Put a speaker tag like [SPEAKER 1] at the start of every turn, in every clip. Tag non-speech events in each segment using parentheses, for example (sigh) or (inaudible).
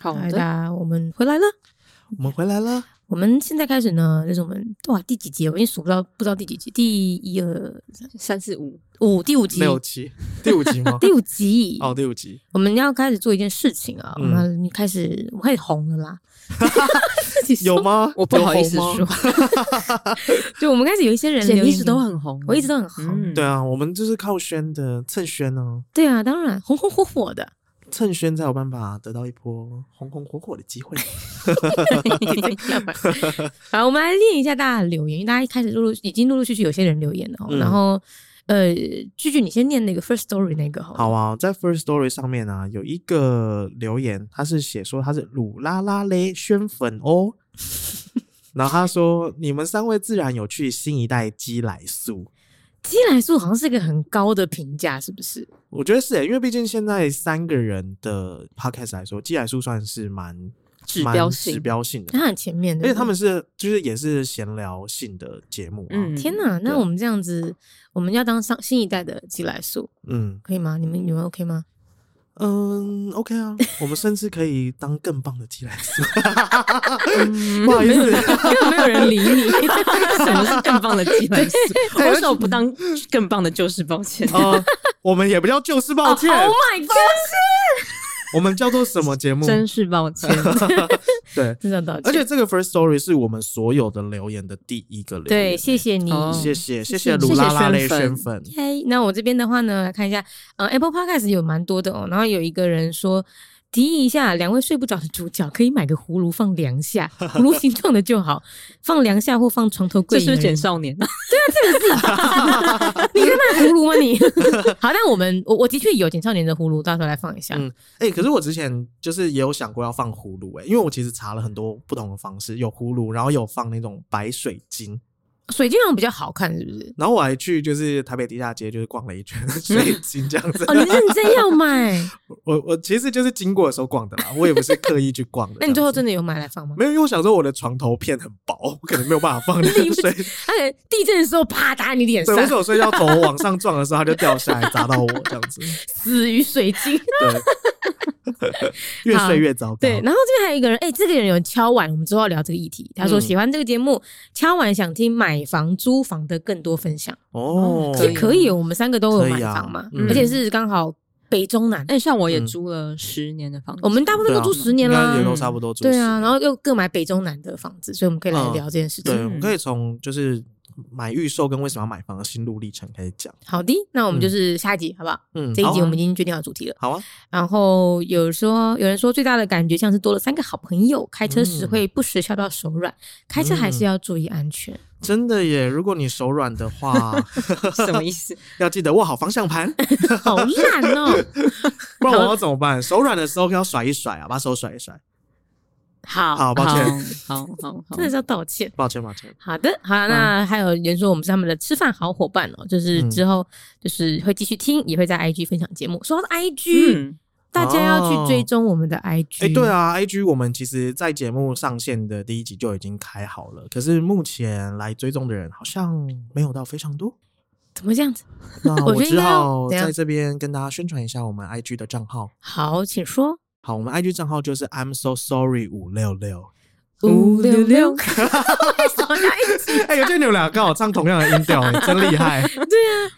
[SPEAKER 1] 好
[SPEAKER 2] 嗨
[SPEAKER 1] 的，
[SPEAKER 2] 啦，我们回来了。
[SPEAKER 3] 我们回来了，
[SPEAKER 2] 我们现在开始呢，就是我们哇第几集了？我已经数不到，不知道第几集，第一二三
[SPEAKER 1] 三四五，
[SPEAKER 2] 五第五集，
[SPEAKER 3] 六集，第五集吗？
[SPEAKER 2] 第五集。
[SPEAKER 3] 哦，第五集，
[SPEAKER 2] 我们要开始做一件事情啊，
[SPEAKER 3] 嗯
[SPEAKER 2] 我们开始我开始红了啦，自己说
[SPEAKER 3] 有吗？
[SPEAKER 1] 我不好意思
[SPEAKER 3] 有红吗
[SPEAKER 1] 说，
[SPEAKER 2] 就我们开始有一些人
[SPEAKER 1] 姐
[SPEAKER 2] 留
[SPEAKER 1] 你一
[SPEAKER 2] 言
[SPEAKER 1] 直
[SPEAKER 2] 给
[SPEAKER 1] 都
[SPEAKER 2] 我，
[SPEAKER 1] 很红，
[SPEAKER 2] 我一直都很红，
[SPEAKER 1] 嗯
[SPEAKER 3] 对啊，我们就是靠宣的，蹭宣呢、
[SPEAKER 2] 对啊，当然红红火火
[SPEAKER 1] (laughs)
[SPEAKER 2] 的，
[SPEAKER 3] 蹭宣才有办法得到一波红红火火的机会。
[SPEAKER 2] (laughs) 好，我们来念一下大家的留言，因为大家一开始陆陆已经陆陆续续有些人留言了哦、
[SPEAKER 3] 嗯
[SPEAKER 2] 然后呃，句句你先念那个 first story 那个好了
[SPEAKER 3] 好啊，在 First Story 上面啊，有一个留言，他是写说他是鲁拉拉嘞宣粉哦，然后他说你们三位自然有去新一代鸡来素。
[SPEAKER 2] 鸡来素好像是一个很高的评价，是不是？
[SPEAKER 3] 我觉得是、欸，因为毕竟现在三个人的 podcast 来说，鸡来素算是蛮
[SPEAKER 1] 指
[SPEAKER 3] 蛮
[SPEAKER 1] 标性
[SPEAKER 3] 指标性的，
[SPEAKER 2] 它很前面
[SPEAKER 3] 而
[SPEAKER 2] 的，
[SPEAKER 3] 且他们是就是也是闲聊性的节目、啊，
[SPEAKER 1] 嗯
[SPEAKER 3] 嗯
[SPEAKER 2] 天哪，那
[SPEAKER 3] 对
[SPEAKER 2] 我们这样子，我们要当上新一代的鸡来素，
[SPEAKER 3] 嗯
[SPEAKER 2] 可以吗？你们你们 OK
[SPEAKER 3] (laughs)
[SPEAKER 2] 吗？
[SPEAKER 3] 嗯，OK 啊，我们甚至可以当更棒的鸡来素，
[SPEAKER 1] 嗯
[SPEAKER 3] 不好意思，
[SPEAKER 2] 根本没有人
[SPEAKER 3] (laughs)
[SPEAKER 2] 理你，
[SPEAKER 1] (laughs) 什么是更棒的鸡来素？ (laughs) 为什么不当更棒的就是抱歉？
[SPEAKER 3] 呃，我们也不叫就是抱歉，
[SPEAKER 2] Oh my god！
[SPEAKER 3] 我们叫做什么节目？
[SPEAKER 1] 真是抱 (laughs) 歉，
[SPEAKER 3] 对，
[SPEAKER 2] 真的道歉，
[SPEAKER 3] 而且这个 first story 是我们所有的留言的第一个留言，欸
[SPEAKER 2] 对，谢谢你。
[SPEAKER 1] 哦
[SPEAKER 3] 谢谢谢
[SPEAKER 2] 谢
[SPEAKER 3] 谢鲁拉拉类
[SPEAKER 1] 谢谢宣
[SPEAKER 3] 宣粉，
[SPEAKER 2] OK，那我这边的话呢，来看一下，呃，Apple Podcast 有蛮多的哦。然后有一个人说，提议一下，两位睡不着的主角可以买个葫芦放梁下，葫芦形状的就好，放梁下或放床头柜
[SPEAKER 1] 这
[SPEAKER 2] 椅
[SPEAKER 1] 是不
[SPEAKER 2] 而
[SPEAKER 1] 是
[SPEAKER 2] 已。
[SPEAKER 1] 简少年？ (laughs)
[SPEAKER 2] 你在卖葫芦吗
[SPEAKER 3] (laughs)
[SPEAKER 2] 你？好，但我们我我的确有简少年的葫芦，到时候来放一下。
[SPEAKER 3] 嗯哎、可是我之前就是也有想过要放葫芦、哎，因为我其实查了很多不同的方式，有葫芦，然后有放那种白水晶，
[SPEAKER 2] 水晶好像比较好看，是不是？
[SPEAKER 3] 然后我还去就是台北地下街就是逛了一
[SPEAKER 2] (laughs)
[SPEAKER 3] 圈水晶这样子
[SPEAKER 2] 哦，，你认真要买？。
[SPEAKER 3] 我我其实就是经过的时候逛的啦，我也不是刻意去逛的
[SPEAKER 2] (laughs) 那你最后
[SPEAKER 3] 这
[SPEAKER 2] 真
[SPEAKER 3] 样子
[SPEAKER 2] 的有买
[SPEAKER 3] (laughs)
[SPEAKER 2] 来放吗？
[SPEAKER 3] 没有，因为我想说我的床头片很薄，我可能没有办法
[SPEAKER 2] (laughs)
[SPEAKER 3] 放那个水晶
[SPEAKER 2] 他可能地震的时候啪打你脸
[SPEAKER 3] 对，
[SPEAKER 2] 上
[SPEAKER 3] 我，手睡觉头往上撞的时候，它就掉下来砸到我，这样子。
[SPEAKER 2] (laughs) 死于水晶。
[SPEAKER 3] 对， (laughs) 越睡越糟糕。
[SPEAKER 2] 对，然后这边还有一个人，哎、这个人有敲碗，我们之后要聊这个议题。他说
[SPEAKER 3] 嗯
[SPEAKER 2] 喜欢这个节目，敲碗想听买房、租房的更多分享，
[SPEAKER 3] 哦，
[SPEAKER 1] 可
[SPEAKER 2] 也
[SPEAKER 1] 以
[SPEAKER 2] 可以哦。我们三个都有
[SPEAKER 3] 可以
[SPEAKER 2] 买
[SPEAKER 3] 啊
[SPEAKER 2] 房嘛，
[SPEAKER 3] 嗯哎
[SPEAKER 2] 而且是刚好北中南，
[SPEAKER 1] 但哎像我也租了十年的房子，
[SPEAKER 2] 我们大部分都住十年
[SPEAKER 3] 啊应
[SPEAKER 2] 啦
[SPEAKER 3] 该也，都差不多住。
[SPEAKER 2] 对啊，，然后又各买北中南的房子，所以我们可以来
[SPEAKER 3] 嗯
[SPEAKER 2] 聊这件事情。
[SPEAKER 3] 对，我们可以从就是买预售跟为什么要买房的心路历程开始讲。
[SPEAKER 2] 好的，那我们就是下一集好不好？
[SPEAKER 3] 嗯，
[SPEAKER 2] 这一集
[SPEAKER 3] 好啊
[SPEAKER 2] 我们已经决定好主题了。
[SPEAKER 3] 好啊，
[SPEAKER 2] 然后有说，有人说最大的感觉像是多了三个好朋友，开车时
[SPEAKER 3] 嗯
[SPEAKER 2] 会不时笑到手软，开车还是要注意安全。
[SPEAKER 3] 真的耶！如果你手软的
[SPEAKER 2] (laughs)
[SPEAKER 3] 话，
[SPEAKER 1] (laughs) 什么意思？
[SPEAKER 3] 要记得握好方向盘，
[SPEAKER 2] 好烂哦！
[SPEAKER 3] 不然我要怎么办？手软的时候要甩一甩啊，把手甩一甩。
[SPEAKER 2] 好，
[SPEAKER 3] 好，抱歉，，
[SPEAKER 1] 好好好
[SPEAKER 2] 真，的是要道歉。
[SPEAKER 3] 抱歉，抱歉。
[SPEAKER 2] 好的，好啦，那还有人说我们是他们的吃饭好伙伴哦，就是
[SPEAKER 3] 嗯
[SPEAKER 2] 之后就是会继续听，也会在 IG 分享节目。说到 IG，、
[SPEAKER 1] 嗯
[SPEAKER 2] 大家要去
[SPEAKER 3] 哦
[SPEAKER 2] 追踪我们的 IG。
[SPEAKER 3] 哎、对，啊，IG 我们其实，在节目上线的第一集就已经开好了，可是目前来追踪的人好像没有到非常多。
[SPEAKER 2] 怎么这样子？
[SPEAKER 3] 那
[SPEAKER 2] (laughs) 我觉
[SPEAKER 3] 我
[SPEAKER 2] 得应
[SPEAKER 3] 只
[SPEAKER 2] 该要
[SPEAKER 3] 好
[SPEAKER 2] 怎样
[SPEAKER 3] 在这边跟大家宣传一下我们 IG 的账号。
[SPEAKER 2] 好，请说
[SPEAKER 3] 好，我们 IG 账号就是 I'm so sorry 五六六。
[SPEAKER 2] 五六六。 (laughs) 为
[SPEAKER 1] 566
[SPEAKER 2] 什么要一起？
[SPEAKER 3] (laughs) 哎，有见你们俩刚好唱同样的音调、哎真厉害。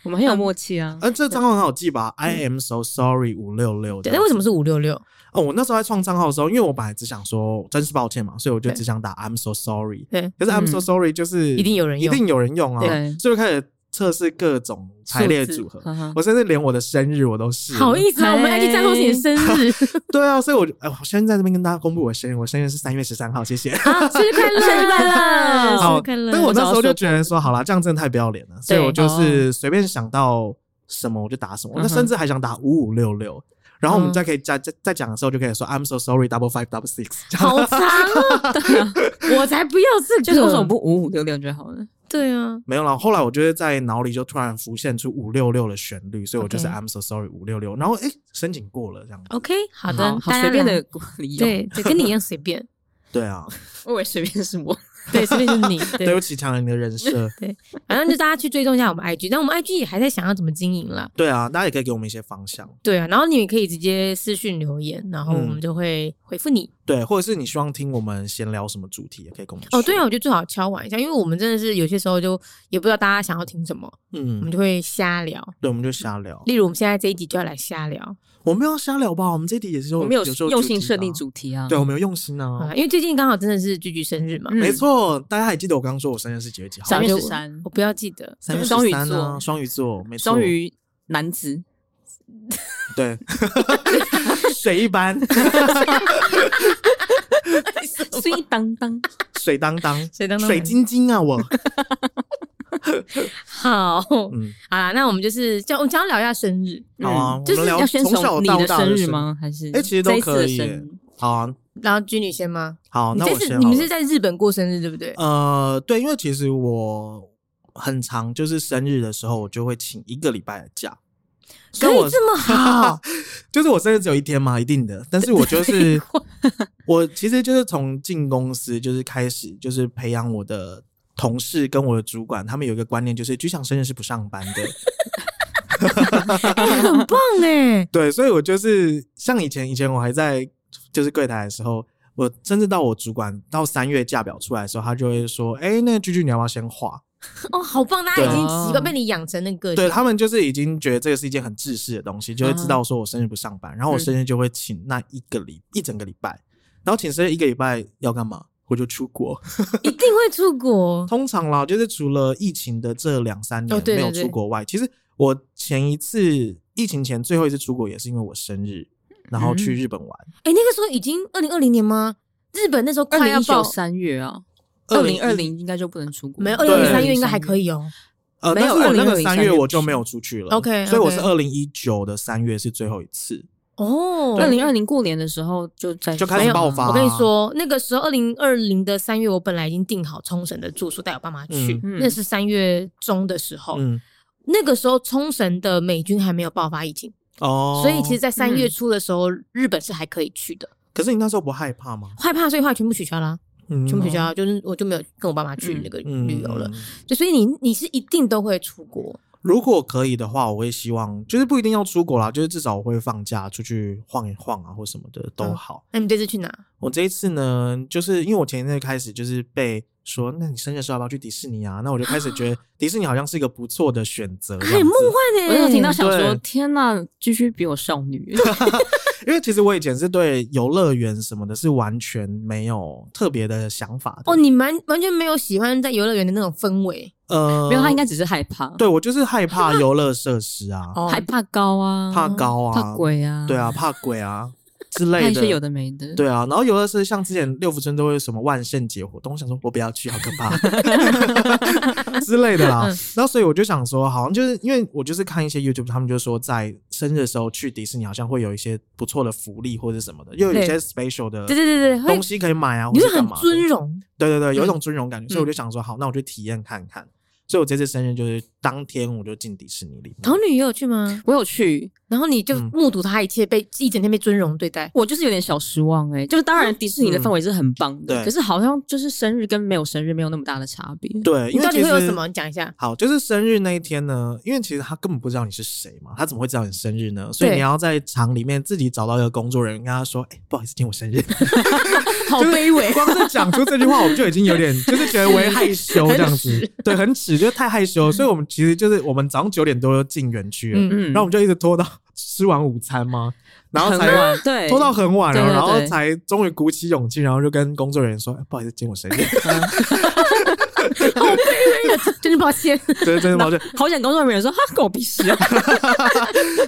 [SPEAKER 1] 我们很有默契啊。
[SPEAKER 3] (laughs) 呃，这账号很好记吧？I am so sorry 五六六。
[SPEAKER 2] 对，那为什么是五六六？
[SPEAKER 3] 哦，我那时候在创账号的时候，因为我本来只想说真是抱歉嘛，所以我就
[SPEAKER 2] 对
[SPEAKER 3] 只想打 I'm so sorry。
[SPEAKER 2] 对，
[SPEAKER 3] 可是 I'm
[SPEAKER 1] 嗯
[SPEAKER 3] so sorry 就是
[SPEAKER 2] 一定有人用
[SPEAKER 3] 一定有人用啊，
[SPEAKER 1] 对
[SPEAKER 3] 所以我开始测试各种排列
[SPEAKER 2] 数字
[SPEAKER 3] 组合。
[SPEAKER 1] 哈哈
[SPEAKER 3] 我甚至连我的生日我都试了，
[SPEAKER 2] 好意思啊，我们
[SPEAKER 1] 哎
[SPEAKER 2] IG 账号是你的生日
[SPEAKER 3] 对啊，所以我就哎，我先在这边跟大家公布我的生日，我生日是三月十三号，谢谢。
[SPEAKER 2] 啊，生日快乐，
[SPEAKER 1] 生日快乐
[SPEAKER 2] 生
[SPEAKER 3] 好
[SPEAKER 2] 日快乐。
[SPEAKER 3] 但我那时候就
[SPEAKER 1] 我早说
[SPEAKER 3] 觉得说，好啦，这样真的太不要脸了，所以我
[SPEAKER 2] 哦
[SPEAKER 3] 就是随便想到什么我就打什么，
[SPEAKER 1] 嗯哼
[SPEAKER 3] 那甚至还想打五五六六。然后我们
[SPEAKER 2] 嗯
[SPEAKER 3] 再可以再再再讲的时候，就可以说 I'm so sorry double five double six。 (laughs)
[SPEAKER 2] 好长哦，我才不要这个，
[SPEAKER 1] 就是为什么不五五六六就好了？
[SPEAKER 2] 对啊？
[SPEAKER 3] 没有啦，后来我就是在脑里就突然浮现出五六六的旋律，所以我就是
[SPEAKER 2] OK
[SPEAKER 3] I'm so sorry 五六六。然后哎，申请过了这样。
[SPEAKER 2] OK，好
[SPEAKER 1] 嗯
[SPEAKER 2] 的，
[SPEAKER 1] 好好
[SPEAKER 2] 大家
[SPEAKER 1] 随便
[SPEAKER 2] 来
[SPEAKER 1] 的理由，
[SPEAKER 3] (laughs)
[SPEAKER 2] 对，对，跟你一样随便。
[SPEAKER 3] 对啊，
[SPEAKER 1] 我以为随便是我，
[SPEAKER 2] 对，随便就是
[SPEAKER 3] (laughs)
[SPEAKER 2] 你。对
[SPEAKER 3] 对不起，抢了你的人设。
[SPEAKER 2] 反正就大家去追踪一下我们 IG，但我们 IG 也还在想要怎么经营啦。
[SPEAKER 3] 对啊，大家也可以给我们一些方向，
[SPEAKER 2] 对啊，然后你也可以直接私讯留言，然
[SPEAKER 3] 嗯
[SPEAKER 2] 后我们就会回复你。
[SPEAKER 3] 对，或者是你希望听我们闲聊什么主题，也可以跟我们
[SPEAKER 2] 哦，对
[SPEAKER 3] 啊，
[SPEAKER 2] 啊，我觉得最好敲碗一下，因为我们真的是有些时候就也不知道大家想要听什么，我们
[SPEAKER 3] 嗯，
[SPEAKER 2] 就会瞎聊。
[SPEAKER 3] 对，我们就瞎聊。
[SPEAKER 2] 例如我们现在这一集就要来瞎聊
[SPEAKER 3] 我们要瞎聊吧，我们这一题也是有
[SPEAKER 1] 我们有
[SPEAKER 3] 有时候
[SPEAKER 1] 用
[SPEAKER 3] 主
[SPEAKER 1] 心
[SPEAKER 3] 题
[SPEAKER 1] 设
[SPEAKER 3] 的
[SPEAKER 1] 定
[SPEAKER 3] 啊，
[SPEAKER 1] 主题啊，
[SPEAKER 3] 对，我们有用心啊
[SPEAKER 2] 啊，。因为最近刚好真的是居居生日嘛，
[SPEAKER 1] 嗯
[SPEAKER 3] 没错，大家还记得我刚刚说我生日是几月几号
[SPEAKER 2] 早
[SPEAKER 1] 三
[SPEAKER 3] 吗？
[SPEAKER 1] 月
[SPEAKER 2] 就
[SPEAKER 1] 十三
[SPEAKER 2] 我，不要记得，
[SPEAKER 3] 三月
[SPEAKER 1] 双鱼
[SPEAKER 3] 13啊
[SPEAKER 1] 座
[SPEAKER 3] 双鱼座，没错，
[SPEAKER 1] 双鱼男 (laughs) 子， (laughs)
[SPEAKER 3] 对，水一般， (laughs)
[SPEAKER 1] 水当当，
[SPEAKER 3] 水当当，
[SPEAKER 2] 谁当当
[SPEAKER 3] 水晶晶啊，我，
[SPEAKER 2] 好
[SPEAKER 3] 嗯，
[SPEAKER 2] 啊，那我们就是叫我想要聊一下生日，
[SPEAKER 3] 好啊，我
[SPEAKER 1] 嗯就
[SPEAKER 3] 们
[SPEAKER 1] 是
[SPEAKER 3] 聊
[SPEAKER 1] 要先
[SPEAKER 3] 从小
[SPEAKER 1] 从你
[SPEAKER 3] 到
[SPEAKER 1] 的
[SPEAKER 3] 大
[SPEAKER 1] 生日
[SPEAKER 3] 生
[SPEAKER 1] 吗？还是
[SPEAKER 3] 哎其实都
[SPEAKER 1] 这一次的
[SPEAKER 3] 可以
[SPEAKER 1] 生
[SPEAKER 3] 耶
[SPEAKER 1] 日
[SPEAKER 3] 好啊，
[SPEAKER 2] 嗯然后居女先吗？
[SPEAKER 3] 好，啊
[SPEAKER 2] 你
[SPEAKER 3] 哦那
[SPEAKER 2] 这
[SPEAKER 3] 我
[SPEAKER 2] 次
[SPEAKER 3] 先
[SPEAKER 2] 你
[SPEAKER 3] 好
[SPEAKER 2] 们
[SPEAKER 3] 了
[SPEAKER 2] 是在日本过生日对不对？
[SPEAKER 3] 呃，对，因为其实我很常就是生日的时候，我就会请一个礼拜的假。所
[SPEAKER 2] 可
[SPEAKER 3] 以我
[SPEAKER 2] 以这
[SPEAKER 3] (laughs)
[SPEAKER 2] 么好，
[SPEAKER 3] 就是我生日只有一天嘛，一定的。但是我就是 (laughs) 我其实就是从进公司就是开始就是培养我的同事跟我的主管，他们有一个观念就是居享生日是不上班的。
[SPEAKER 2] 很棒哎！
[SPEAKER 3] 对，所以我就是像以前，以前我还在就是柜台的时候，我甚至到我主管到三月价表出来的时候，他就会说：“哎、那句句你要不要先画
[SPEAKER 2] 哦，好棒，大家已经习
[SPEAKER 1] 对
[SPEAKER 2] 惯被你养成那个？”
[SPEAKER 3] 啊
[SPEAKER 2] 个
[SPEAKER 3] 对啊
[SPEAKER 2] 性。
[SPEAKER 3] 他们就是已经觉得这个是一件很自私的东西，就会
[SPEAKER 2] 嗯
[SPEAKER 3] 知道说我生日不上班，然后我生日就会请那一个礼一整个礼拜，然后请生日一个礼拜要干嘛？我就出国。
[SPEAKER 2] 一定会出
[SPEAKER 3] (laughs)
[SPEAKER 2] 国。
[SPEAKER 3] 通常啦，就是除了疫情的这两三年、
[SPEAKER 2] 哦对对
[SPEAKER 3] 没有
[SPEAKER 2] 对
[SPEAKER 3] 出国外，其实我前一次疫情前最后一次出国也是因为我生日，然后去
[SPEAKER 1] 嗯
[SPEAKER 3] 日本玩。
[SPEAKER 2] 哎、那个时候已经二零二零年吗？日本那时候
[SPEAKER 1] 二
[SPEAKER 2] 快
[SPEAKER 1] 零
[SPEAKER 2] 要
[SPEAKER 1] 一
[SPEAKER 2] 爆
[SPEAKER 1] 九，三月啊，
[SPEAKER 3] 2010
[SPEAKER 1] 二零二零应该就不能出国，
[SPEAKER 2] 没有二
[SPEAKER 1] 对
[SPEAKER 2] 零
[SPEAKER 3] 2020
[SPEAKER 2] 三月应该还可。以哦、
[SPEAKER 3] 呃，
[SPEAKER 1] 没
[SPEAKER 3] 但是
[SPEAKER 1] 有
[SPEAKER 3] 我那个
[SPEAKER 1] 2020
[SPEAKER 3] 三
[SPEAKER 1] 三
[SPEAKER 3] 月
[SPEAKER 1] 月
[SPEAKER 3] 我
[SPEAKER 1] 不
[SPEAKER 3] 就
[SPEAKER 1] 去
[SPEAKER 3] 没有出去了。
[SPEAKER 2] OK，OK
[SPEAKER 3] 所以我是二零一九的三月是最后一次。
[SPEAKER 2] 哦，
[SPEAKER 1] 二零二零过年的时候就在
[SPEAKER 3] 就开始
[SPEAKER 1] 没有啊
[SPEAKER 3] 爆发
[SPEAKER 2] 我跟你说，那个时候二零二零的三月，我本来已经订好冲绳的住宿，带我爸妈去。
[SPEAKER 1] 嗯
[SPEAKER 2] 那是三月中的时候，
[SPEAKER 3] 嗯，
[SPEAKER 2] 那个时候冲绳的美军还没有爆发疫情，
[SPEAKER 3] 哦，
[SPEAKER 2] 所以其实，在三月
[SPEAKER 1] 嗯
[SPEAKER 2] 初的时候，日本是还可以去的。
[SPEAKER 3] 可是你那时候不害怕吗？
[SPEAKER 2] 害怕，所以后来全部取消啦，
[SPEAKER 3] 嗯，
[SPEAKER 2] 全部取消，就是我就没有跟我爸妈去那个
[SPEAKER 3] 嗯
[SPEAKER 2] 旅游了。。就所以你你是一定都会出国，
[SPEAKER 3] 如果可以的话，我会希望就是不一定要出国啦，就是至少我会放假出去晃一晃啊，或什么的都
[SPEAKER 2] 嗯
[SPEAKER 3] 好。
[SPEAKER 2] 那你这次去哪？
[SPEAKER 3] 我这一次呢，就是因为我前一阵开始就是被说，那你生日的时候要不要去迪士尼啊？那我就开始觉得迪士尼好像是一个不错的选择，这样
[SPEAKER 2] 哎，
[SPEAKER 3] 子
[SPEAKER 2] 梦幻哎、
[SPEAKER 1] 我有听到想说
[SPEAKER 3] 嗯对，
[SPEAKER 1] 天呐，继续比我少女，
[SPEAKER 3] 因为其实我以前是对游乐园什么的是完全没有特别的想法的。
[SPEAKER 2] 哦，你完完全没有喜欢在游乐园的那种氛围，
[SPEAKER 3] 呃，
[SPEAKER 1] 没有，她应该只是害怕，
[SPEAKER 3] 对我就是害怕游乐设施啊，
[SPEAKER 2] 哦
[SPEAKER 1] 害怕高啊，
[SPEAKER 3] 怕高啊，
[SPEAKER 1] 怕鬼啊，
[SPEAKER 3] 对，啊，怕鬼啊之
[SPEAKER 1] 怕
[SPEAKER 3] 类
[SPEAKER 1] 一
[SPEAKER 3] 的。
[SPEAKER 1] 些有的没的，
[SPEAKER 3] 对啊，然后游乐设施像之前六福村都会有什么万圣节活动，我想说我不要去，好可怕
[SPEAKER 2] (laughs)
[SPEAKER 3] 之类的
[SPEAKER 2] 嗯
[SPEAKER 3] 啦。然后所以我就想说，好像就是因为我就是看一些 YouTube，他们就说在生日的时候去迪士尼好像会有一些不错的福利或者什么的，又有一些
[SPEAKER 2] 对
[SPEAKER 3] special 的
[SPEAKER 2] 对对对对，会
[SPEAKER 3] 东西可以买啊，或
[SPEAKER 2] 你
[SPEAKER 3] 者
[SPEAKER 2] 会
[SPEAKER 3] 干
[SPEAKER 2] 很
[SPEAKER 3] 嘛的
[SPEAKER 2] 尊荣，
[SPEAKER 3] 对对对，有一
[SPEAKER 1] 嗯
[SPEAKER 3] 种尊荣感觉，所以我就想说，好，那我去体验看看。所以我这次生日就是当天我就进迪士尼里面。
[SPEAKER 2] 桃女也有去吗？
[SPEAKER 1] 我有去，
[SPEAKER 2] 然后你就
[SPEAKER 3] 嗯
[SPEAKER 2] 目睹他一切被、一整天被尊荣对待，
[SPEAKER 1] 我就是有点小失望哎、就是当然迪士尼的氛围是很棒
[SPEAKER 3] 嗯
[SPEAKER 1] 的，
[SPEAKER 3] 对
[SPEAKER 1] 可是好像就是生日跟没有生日没有那么大的差别。
[SPEAKER 3] 对，因
[SPEAKER 2] 你
[SPEAKER 3] 为
[SPEAKER 2] 到底
[SPEAKER 3] 其
[SPEAKER 2] 会有
[SPEAKER 3] 实
[SPEAKER 2] 什么？你讲一下。
[SPEAKER 3] 好，就是生日那一天呢，因为其实他根本不知道你是谁嘛，他怎么会知道你生日呢？所以
[SPEAKER 2] 对
[SPEAKER 3] 你要在厂里面自己找到一个工作人员，跟他说：“哎、不好意思，今天我生日。
[SPEAKER 2] 好
[SPEAKER 3] (laughs)
[SPEAKER 2] 卑微
[SPEAKER 3] 光是讲出这句话，我们就已经有点就是觉得为害羞这样子，对，很耻，就是太害羞。所以我们其实就是我们早上九点多就进园区了，
[SPEAKER 2] 嗯
[SPEAKER 1] 嗯
[SPEAKER 3] 然后我们就一直拖到吃完午餐嘛，然后
[SPEAKER 1] 很
[SPEAKER 3] 才
[SPEAKER 1] 晚，对，
[SPEAKER 3] 拖到
[SPEAKER 1] (laughs)
[SPEAKER 3] 很晚了，
[SPEAKER 1] 对对
[SPEAKER 3] 然后
[SPEAKER 1] 对
[SPEAKER 3] 才终于鼓起勇气，然后就跟工作人员说：“哎不好意思，今天我生日。
[SPEAKER 2] 真是抱歉。”
[SPEAKER 3] 对，真的抱歉。
[SPEAKER 1] 好想工作人员说哈狗屁事啊，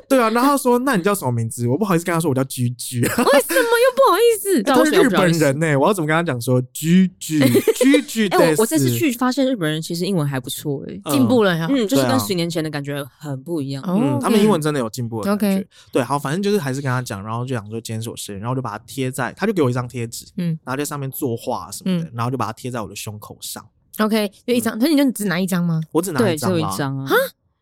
[SPEAKER 3] 对啊，然后他说：“那你叫什么名字？”我不好意思跟他说我叫居居，
[SPEAKER 2] 为什么又不好意思？
[SPEAKER 1] 对啊
[SPEAKER 3] 他
[SPEAKER 1] 为
[SPEAKER 3] 是
[SPEAKER 1] 什么
[SPEAKER 3] 日
[SPEAKER 1] 不好
[SPEAKER 3] 本
[SPEAKER 1] 意思
[SPEAKER 3] 人呢、我要怎么跟他讲
[SPEAKER 1] (laughs)
[SPEAKER 3] 说居居居居？
[SPEAKER 1] 哎、我我这次去发现日本人其实英文还不错哎、
[SPEAKER 3] 嗯
[SPEAKER 2] 进步了呀。
[SPEAKER 1] 嗯，就是
[SPEAKER 3] 对啊
[SPEAKER 1] 跟十年前的感觉很不一样。
[SPEAKER 3] 嗯，
[SPEAKER 2] 哦
[SPEAKER 3] 他们英文真的有进步的感觉
[SPEAKER 2] OK
[SPEAKER 3] 对，好，反正就是还是跟他讲，然后就讲说今天是我生日，然后我就把它贴在，他就给我一张贴纸，
[SPEAKER 2] 嗯
[SPEAKER 3] 然后在上面作画啊什
[SPEAKER 1] 嗯
[SPEAKER 3] 么的，然后就把它贴在我的胸口上，
[SPEAKER 2] OK，就一张，所以你就只拿一张吗？
[SPEAKER 3] 我只拿
[SPEAKER 1] 对，
[SPEAKER 3] 一
[SPEAKER 1] 只
[SPEAKER 3] 张
[SPEAKER 1] 有一
[SPEAKER 3] 啦。
[SPEAKER 1] 张啊。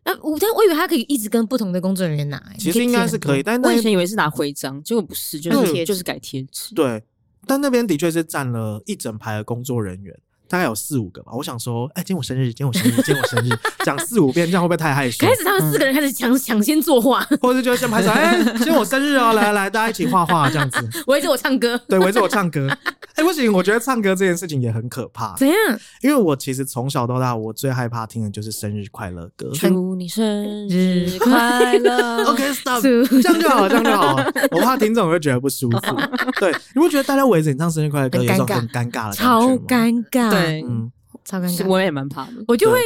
[SPEAKER 2] 啊，我但我以为他可以一直跟不同的工作人员拿、欸
[SPEAKER 3] 其实应该是可以，。但
[SPEAKER 1] 我
[SPEAKER 3] 那
[SPEAKER 1] 以前以为是拿徽章，结果不是，就
[SPEAKER 3] 那
[SPEAKER 1] 是
[SPEAKER 3] 个
[SPEAKER 1] 就是改贴纸。
[SPEAKER 3] 对，但那边的确是占了一整排的工作人员，大概有四五个吧。我想说，哎、今天我生日，今天我生日，今天我生日， (laughs) 讲四五遍，这样会不会太害羞
[SPEAKER 2] 开？始他们四
[SPEAKER 1] 嗯
[SPEAKER 2] 个人开始抢抢先作画，
[SPEAKER 3] 或者就会先拍手，哎、今天我生日哦，来来来，大家一起画画这样子。
[SPEAKER 2] 围着我唱歌，
[SPEAKER 3] 对，围着我唱歌。哎、不行，我觉得唱歌这件事情也很可怕，
[SPEAKER 2] 怎样？
[SPEAKER 3] 因为我其实从小到大，我最害怕听的就是生日快乐歌。 (laughs)
[SPEAKER 1] 祝你生日快乐
[SPEAKER 3] OK stop，
[SPEAKER 2] 祝
[SPEAKER 3] (laughs) 这样就好，这样就好。我怕听众会觉得不舒服。
[SPEAKER 2] (laughs)
[SPEAKER 3] 对，你不觉得大家围着你唱生日快乐歌，
[SPEAKER 1] 很
[SPEAKER 3] 有
[SPEAKER 1] 尴
[SPEAKER 3] 时候
[SPEAKER 1] 尬
[SPEAKER 3] 很尴尬的感觉吗
[SPEAKER 2] 超。尴尬，
[SPEAKER 1] (laughs) 对
[SPEAKER 3] 嗯，
[SPEAKER 2] 超尴
[SPEAKER 1] 是
[SPEAKER 2] 尬。
[SPEAKER 1] 我也蛮怕的。
[SPEAKER 2] 我就会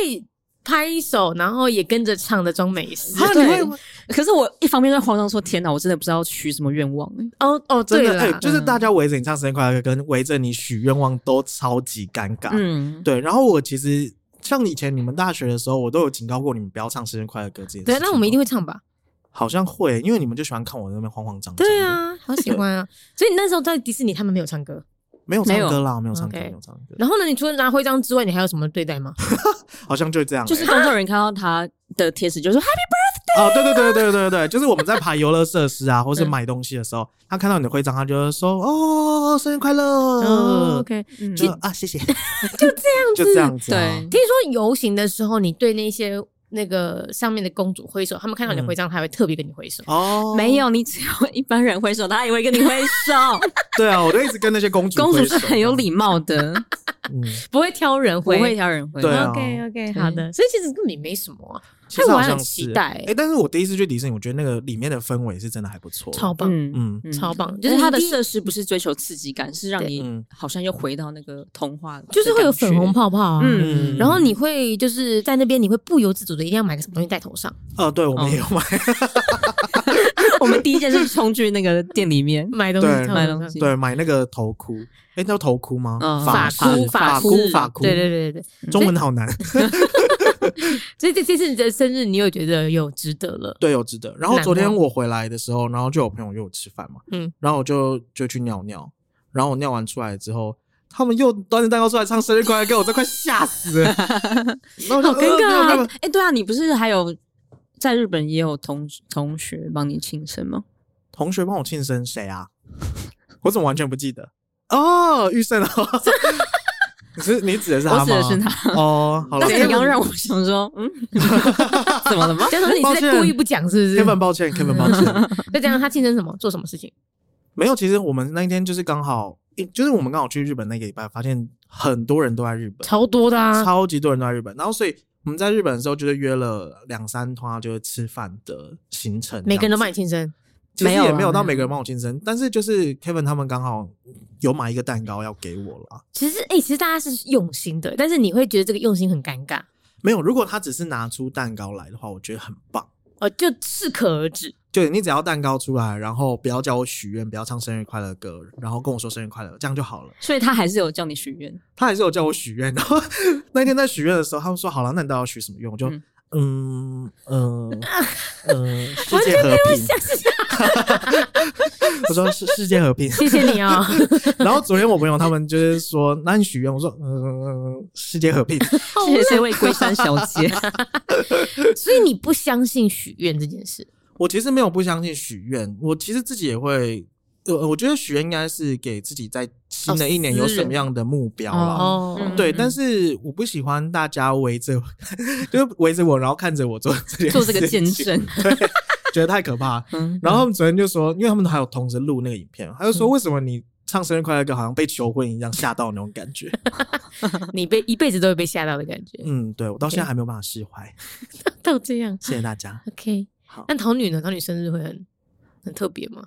[SPEAKER 2] 拍手，然后也跟着唱的装美食。
[SPEAKER 3] 啊，你
[SPEAKER 1] 对
[SPEAKER 3] 会
[SPEAKER 1] 可是我一方面在慌张说：“天哪，我真的不知道许什么愿望、欸
[SPEAKER 2] 哦哦，
[SPEAKER 3] 真
[SPEAKER 2] 对
[SPEAKER 3] 的，哎，
[SPEAKER 2] 了，
[SPEAKER 3] 就是大家围着你唱生日快乐歌，跟围着你许愿望都超级尴尬。
[SPEAKER 1] 嗯，
[SPEAKER 3] 啊对，然后我其实像以前你们大学的时候，我都有警告过你们不要唱生日快乐歌这件事情。
[SPEAKER 2] 对，那我们一定会唱吧？
[SPEAKER 3] 好像会，因为你们就喜欢看我在那边慌慌张张。
[SPEAKER 2] 对，啊，好喜欢啊！所以你那时候在迪士尼，他们没有唱歌。
[SPEAKER 3] 没有唱
[SPEAKER 1] 没有
[SPEAKER 3] 歌啦，没有唱歌，
[SPEAKER 2] OK
[SPEAKER 3] 没有唱歌，
[SPEAKER 2] 然后呢，你除了拿徽章之外，你还有什么对待吗？
[SPEAKER 3] 好像就这样欸。
[SPEAKER 1] 就是工作人员看到他的贴纸就说 Happy
[SPEAKER 3] 哦，对对对对对对对，就是我们在排游乐设施啊，或是买东西的时候，他看到你的徽章，他就会说：“哦，生日快乐！”
[SPEAKER 2] 哦，OK。
[SPEAKER 1] 嗯
[SPEAKER 3] 就啊，谢谢，就这样子，就这样子、啊。
[SPEAKER 1] 对
[SPEAKER 2] 听说游行的时候，你对那些那个上面的公主挥手，他们看到你的徽章，他还会特别跟你挥手。
[SPEAKER 3] 哦，
[SPEAKER 1] 没有，你只有一般人挥手，他也会跟你挥 (laughs) 手。
[SPEAKER 3] 对啊，我就一直跟那些公主
[SPEAKER 1] (laughs) 公主
[SPEAKER 3] 挥
[SPEAKER 1] 是
[SPEAKER 3] 手
[SPEAKER 1] 很有礼貌的，
[SPEAKER 3] 嗯，
[SPEAKER 2] 不会挑人
[SPEAKER 1] (laughs) 不会。挑人挥。
[SPEAKER 3] 对啊
[SPEAKER 2] OK OK，好的。嗯所以其实根本也没什么啊，
[SPEAKER 3] 其实
[SPEAKER 2] 哎我
[SPEAKER 3] 好
[SPEAKER 2] 还
[SPEAKER 3] 像
[SPEAKER 2] 很期
[SPEAKER 3] 是
[SPEAKER 2] 待
[SPEAKER 3] 哎、
[SPEAKER 2] 欸
[SPEAKER 3] 但是我第一次去迪士尼，我觉得那个里面的氛围是真的还不错，
[SPEAKER 2] 超棒，
[SPEAKER 1] 嗯，
[SPEAKER 3] 嗯
[SPEAKER 1] 嗯
[SPEAKER 2] 超棒。就
[SPEAKER 1] 就是是它
[SPEAKER 2] 他
[SPEAKER 1] 的
[SPEAKER 2] 的
[SPEAKER 1] 设施不是追求刺激感，是让
[SPEAKER 2] 对
[SPEAKER 1] 你
[SPEAKER 3] 嗯
[SPEAKER 1] 好像又回到那个童话，
[SPEAKER 2] 就是会有粉红。泡泡啊。
[SPEAKER 1] 嗯
[SPEAKER 3] 嗯
[SPEAKER 2] 然后你会就是在那边，你会不由自主的一定要买个什么东西戴头上，，
[SPEAKER 3] 呃，对我们也有买，
[SPEAKER 1] (laughs) 我们第一件事冲去那个店里面 (laughs)
[SPEAKER 2] 买东西
[SPEAKER 3] 对
[SPEAKER 2] 戴头上，
[SPEAKER 1] 买东西
[SPEAKER 3] 对，买那个头箍，哎、那叫头箍吗？
[SPEAKER 1] 嗯
[SPEAKER 3] 发
[SPEAKER 2] 发箍
[SPEAKER 3] 饰发
[SPEAKER 2] 发
[SPEAKER 3] 箍
[SPEAKER 1] 箍
[SPEAKER 3] 发箍，
[SPEAKER 2] 对对对对对。
[SPEAKER 3] 中文好难。
[SPEAKER 2] (laughs) 所以这这次你的生日，你有觉得有值得了？
[SPEAKER 3] 对，有值得。然后
[SPEAKER 2] 难
[SPEAKER 3] 昨天
[SPEAKER 2] 忘
[SPEAKER 3] 我回来的时候，然后就有朋友约我吃饭嘛，
[SPEAKER 2] 嗯，
[SPEAKER 3] 然后我就就去尿尿，然后我尿完出来之后，他们又端着蛋糕出来唱生日快乐歌，我这快吓死
[SPEAKER 2] (laughs)
[SPEAKER 3] 了，然后我就
[SPEAKER 2] 好尴尬啊
[SPEAKER 3] 呃没有没有没
[SPEAKER 1] 哎
[SPEAKER 3] 有
[SPEAKER 1] 哎，对啊，你不是还有在日本也有同同学帮你庆生吗？
[SPEAKER 3] 同学帮我庆生谁啊？我怎么完全不记得？哦，玉胜哦，
[SPEAKER 2] (laughs)
[SPEAKER 3] 你是你指的是
[SPEAKER 1] 我
[SPEAKER 3] 他吗？
[SPEAKER 1] 指的是他。
[SPEAKER 3] 哦，好了，
[SPEAKER 1] 但是你
[SPEAKER 3] Kevin-
[SPEAKER 1] 刚刚让我想说，嗯， (laughs) 怎么了吗？
[SPEAKER 2] 江总，你
[SPEAKER 3] 抱
[SPEAKER 2] 是
[SPEAKER 3] 歉
[SPEAKER 2] 在故意不讲是不
[SPEAKER 3] Kevin
[SPEAKER 2] 是？
[SPEAKER 3] 抱歉，Kevin 抱歉，
[SPEAKER 2] 再加上他庆生什么，做什么事情？
[SPEAKER 3] 没有。其实我们那一天就是刚好，诶就是我们刚好去日本那个礼拜，发现很多人都在日本，
[SPEAKER 2] 超多的啊！
[SPEAKER 3] 超级多人都在日本。然后所以我们在日本的时候，就是约了两三趟就是吃饭的行程，
[SPEAKER 2] 每个人都
[SPEAKER 3] 买，
[SPEAKER 2] 帮你庆生，
[SPEAKER 3] 其实
[SPEAKER 2] 啊
[SPEAKER 1] 没有
[SPEAKER 3] 也
[SPEAKER 1] 啦
[SPEAKER 3] 没有到
[SPEAKER 1] 没
[SPEAKER 3] 每
[SPEAKER 1] 有
[SPEAKER 3] 个人帮我庆生，但是就是 Kevin 他们刚好有买一个蛋糕要给我啦。
[SPEAKER 2] 其实哎、其实大家是用心的，但是你会觉得这个用心很尴尬，
[SPEAKER 3] 没有，如果他只是拿出蛋糕来的话，我觉得很棒。
[SPEAKER 2] 哦，就适可而止。
[SPEAKER 3] 就你只要蛋糕出来，然后不要叫我许愿，不要唱生日快乐歌，然后跟我说生日快乐，这样就好了。
[SPEAKER 1] 所以他还是有叫你许愿。
[SPEAKER 3] 他还是有叫我许愿，然后 (laughs) 那一天在许愿的时候，他们说好了，那你到底要许什么愿？我就
[SPEAKER 1] 嗯
[SPEAKER 3] 嗯嗯嗯，世界和平。 (laughs) 我说世世界和平。 (laughs)
[SPEAKER 2] 谢谢你哦，
[SPEAKER 3] 然后昨天我朋友他们就是说，那你许愿，我说嗯，世界和平。 (laughs)
[SPEAKER 1] 谢谢这位龟山小 (laughs) 姐。
[SPEAKER 2] 所以你不相信许愿这件事，
[SPEAKER 3] 我其实没有不相信许愿，我其实自己也会，呃，我觉得许愿应该是给自己在新的一年有什么样的目标啦。
[SPEAKER 2] 哦，
[SPEAKER 1] 嗯
[SPEAKER 3] 对，但是我不喜欢大家围着我， (laughs) 就是围着我，然后看着我做这件
[SPEAKER 1] 做这个
[SPEAKER 3] 事情
[SPEAKER 1] 见证，
[SPEAKER 3] 对，觉得太可怕。
[SPEAKER 1] 嗯，
[SPEAKER 3] 然后他们昨天就说，因为他们还有同时录那个影片，他就说为什么你唱生日快乐歌好像被求婚一样，吓到那种感
[SPEAKER 1] (laughs)
[SPEAKER 3] 觉。
[SPEAKER 2] 你被一辈子都会被吓到的感觉，
[SPEAKER 3] 嗯，对我到现在还没有办法释怀，
[SPEAKER 2] 到这样
[SPEAKER 3] 谢谢大家。
[SPEAKER 2] ，OK。
[SPEAKER 3] 好
[SPEAKER 2] 那桃女呢？桃女生日会很很特别吗？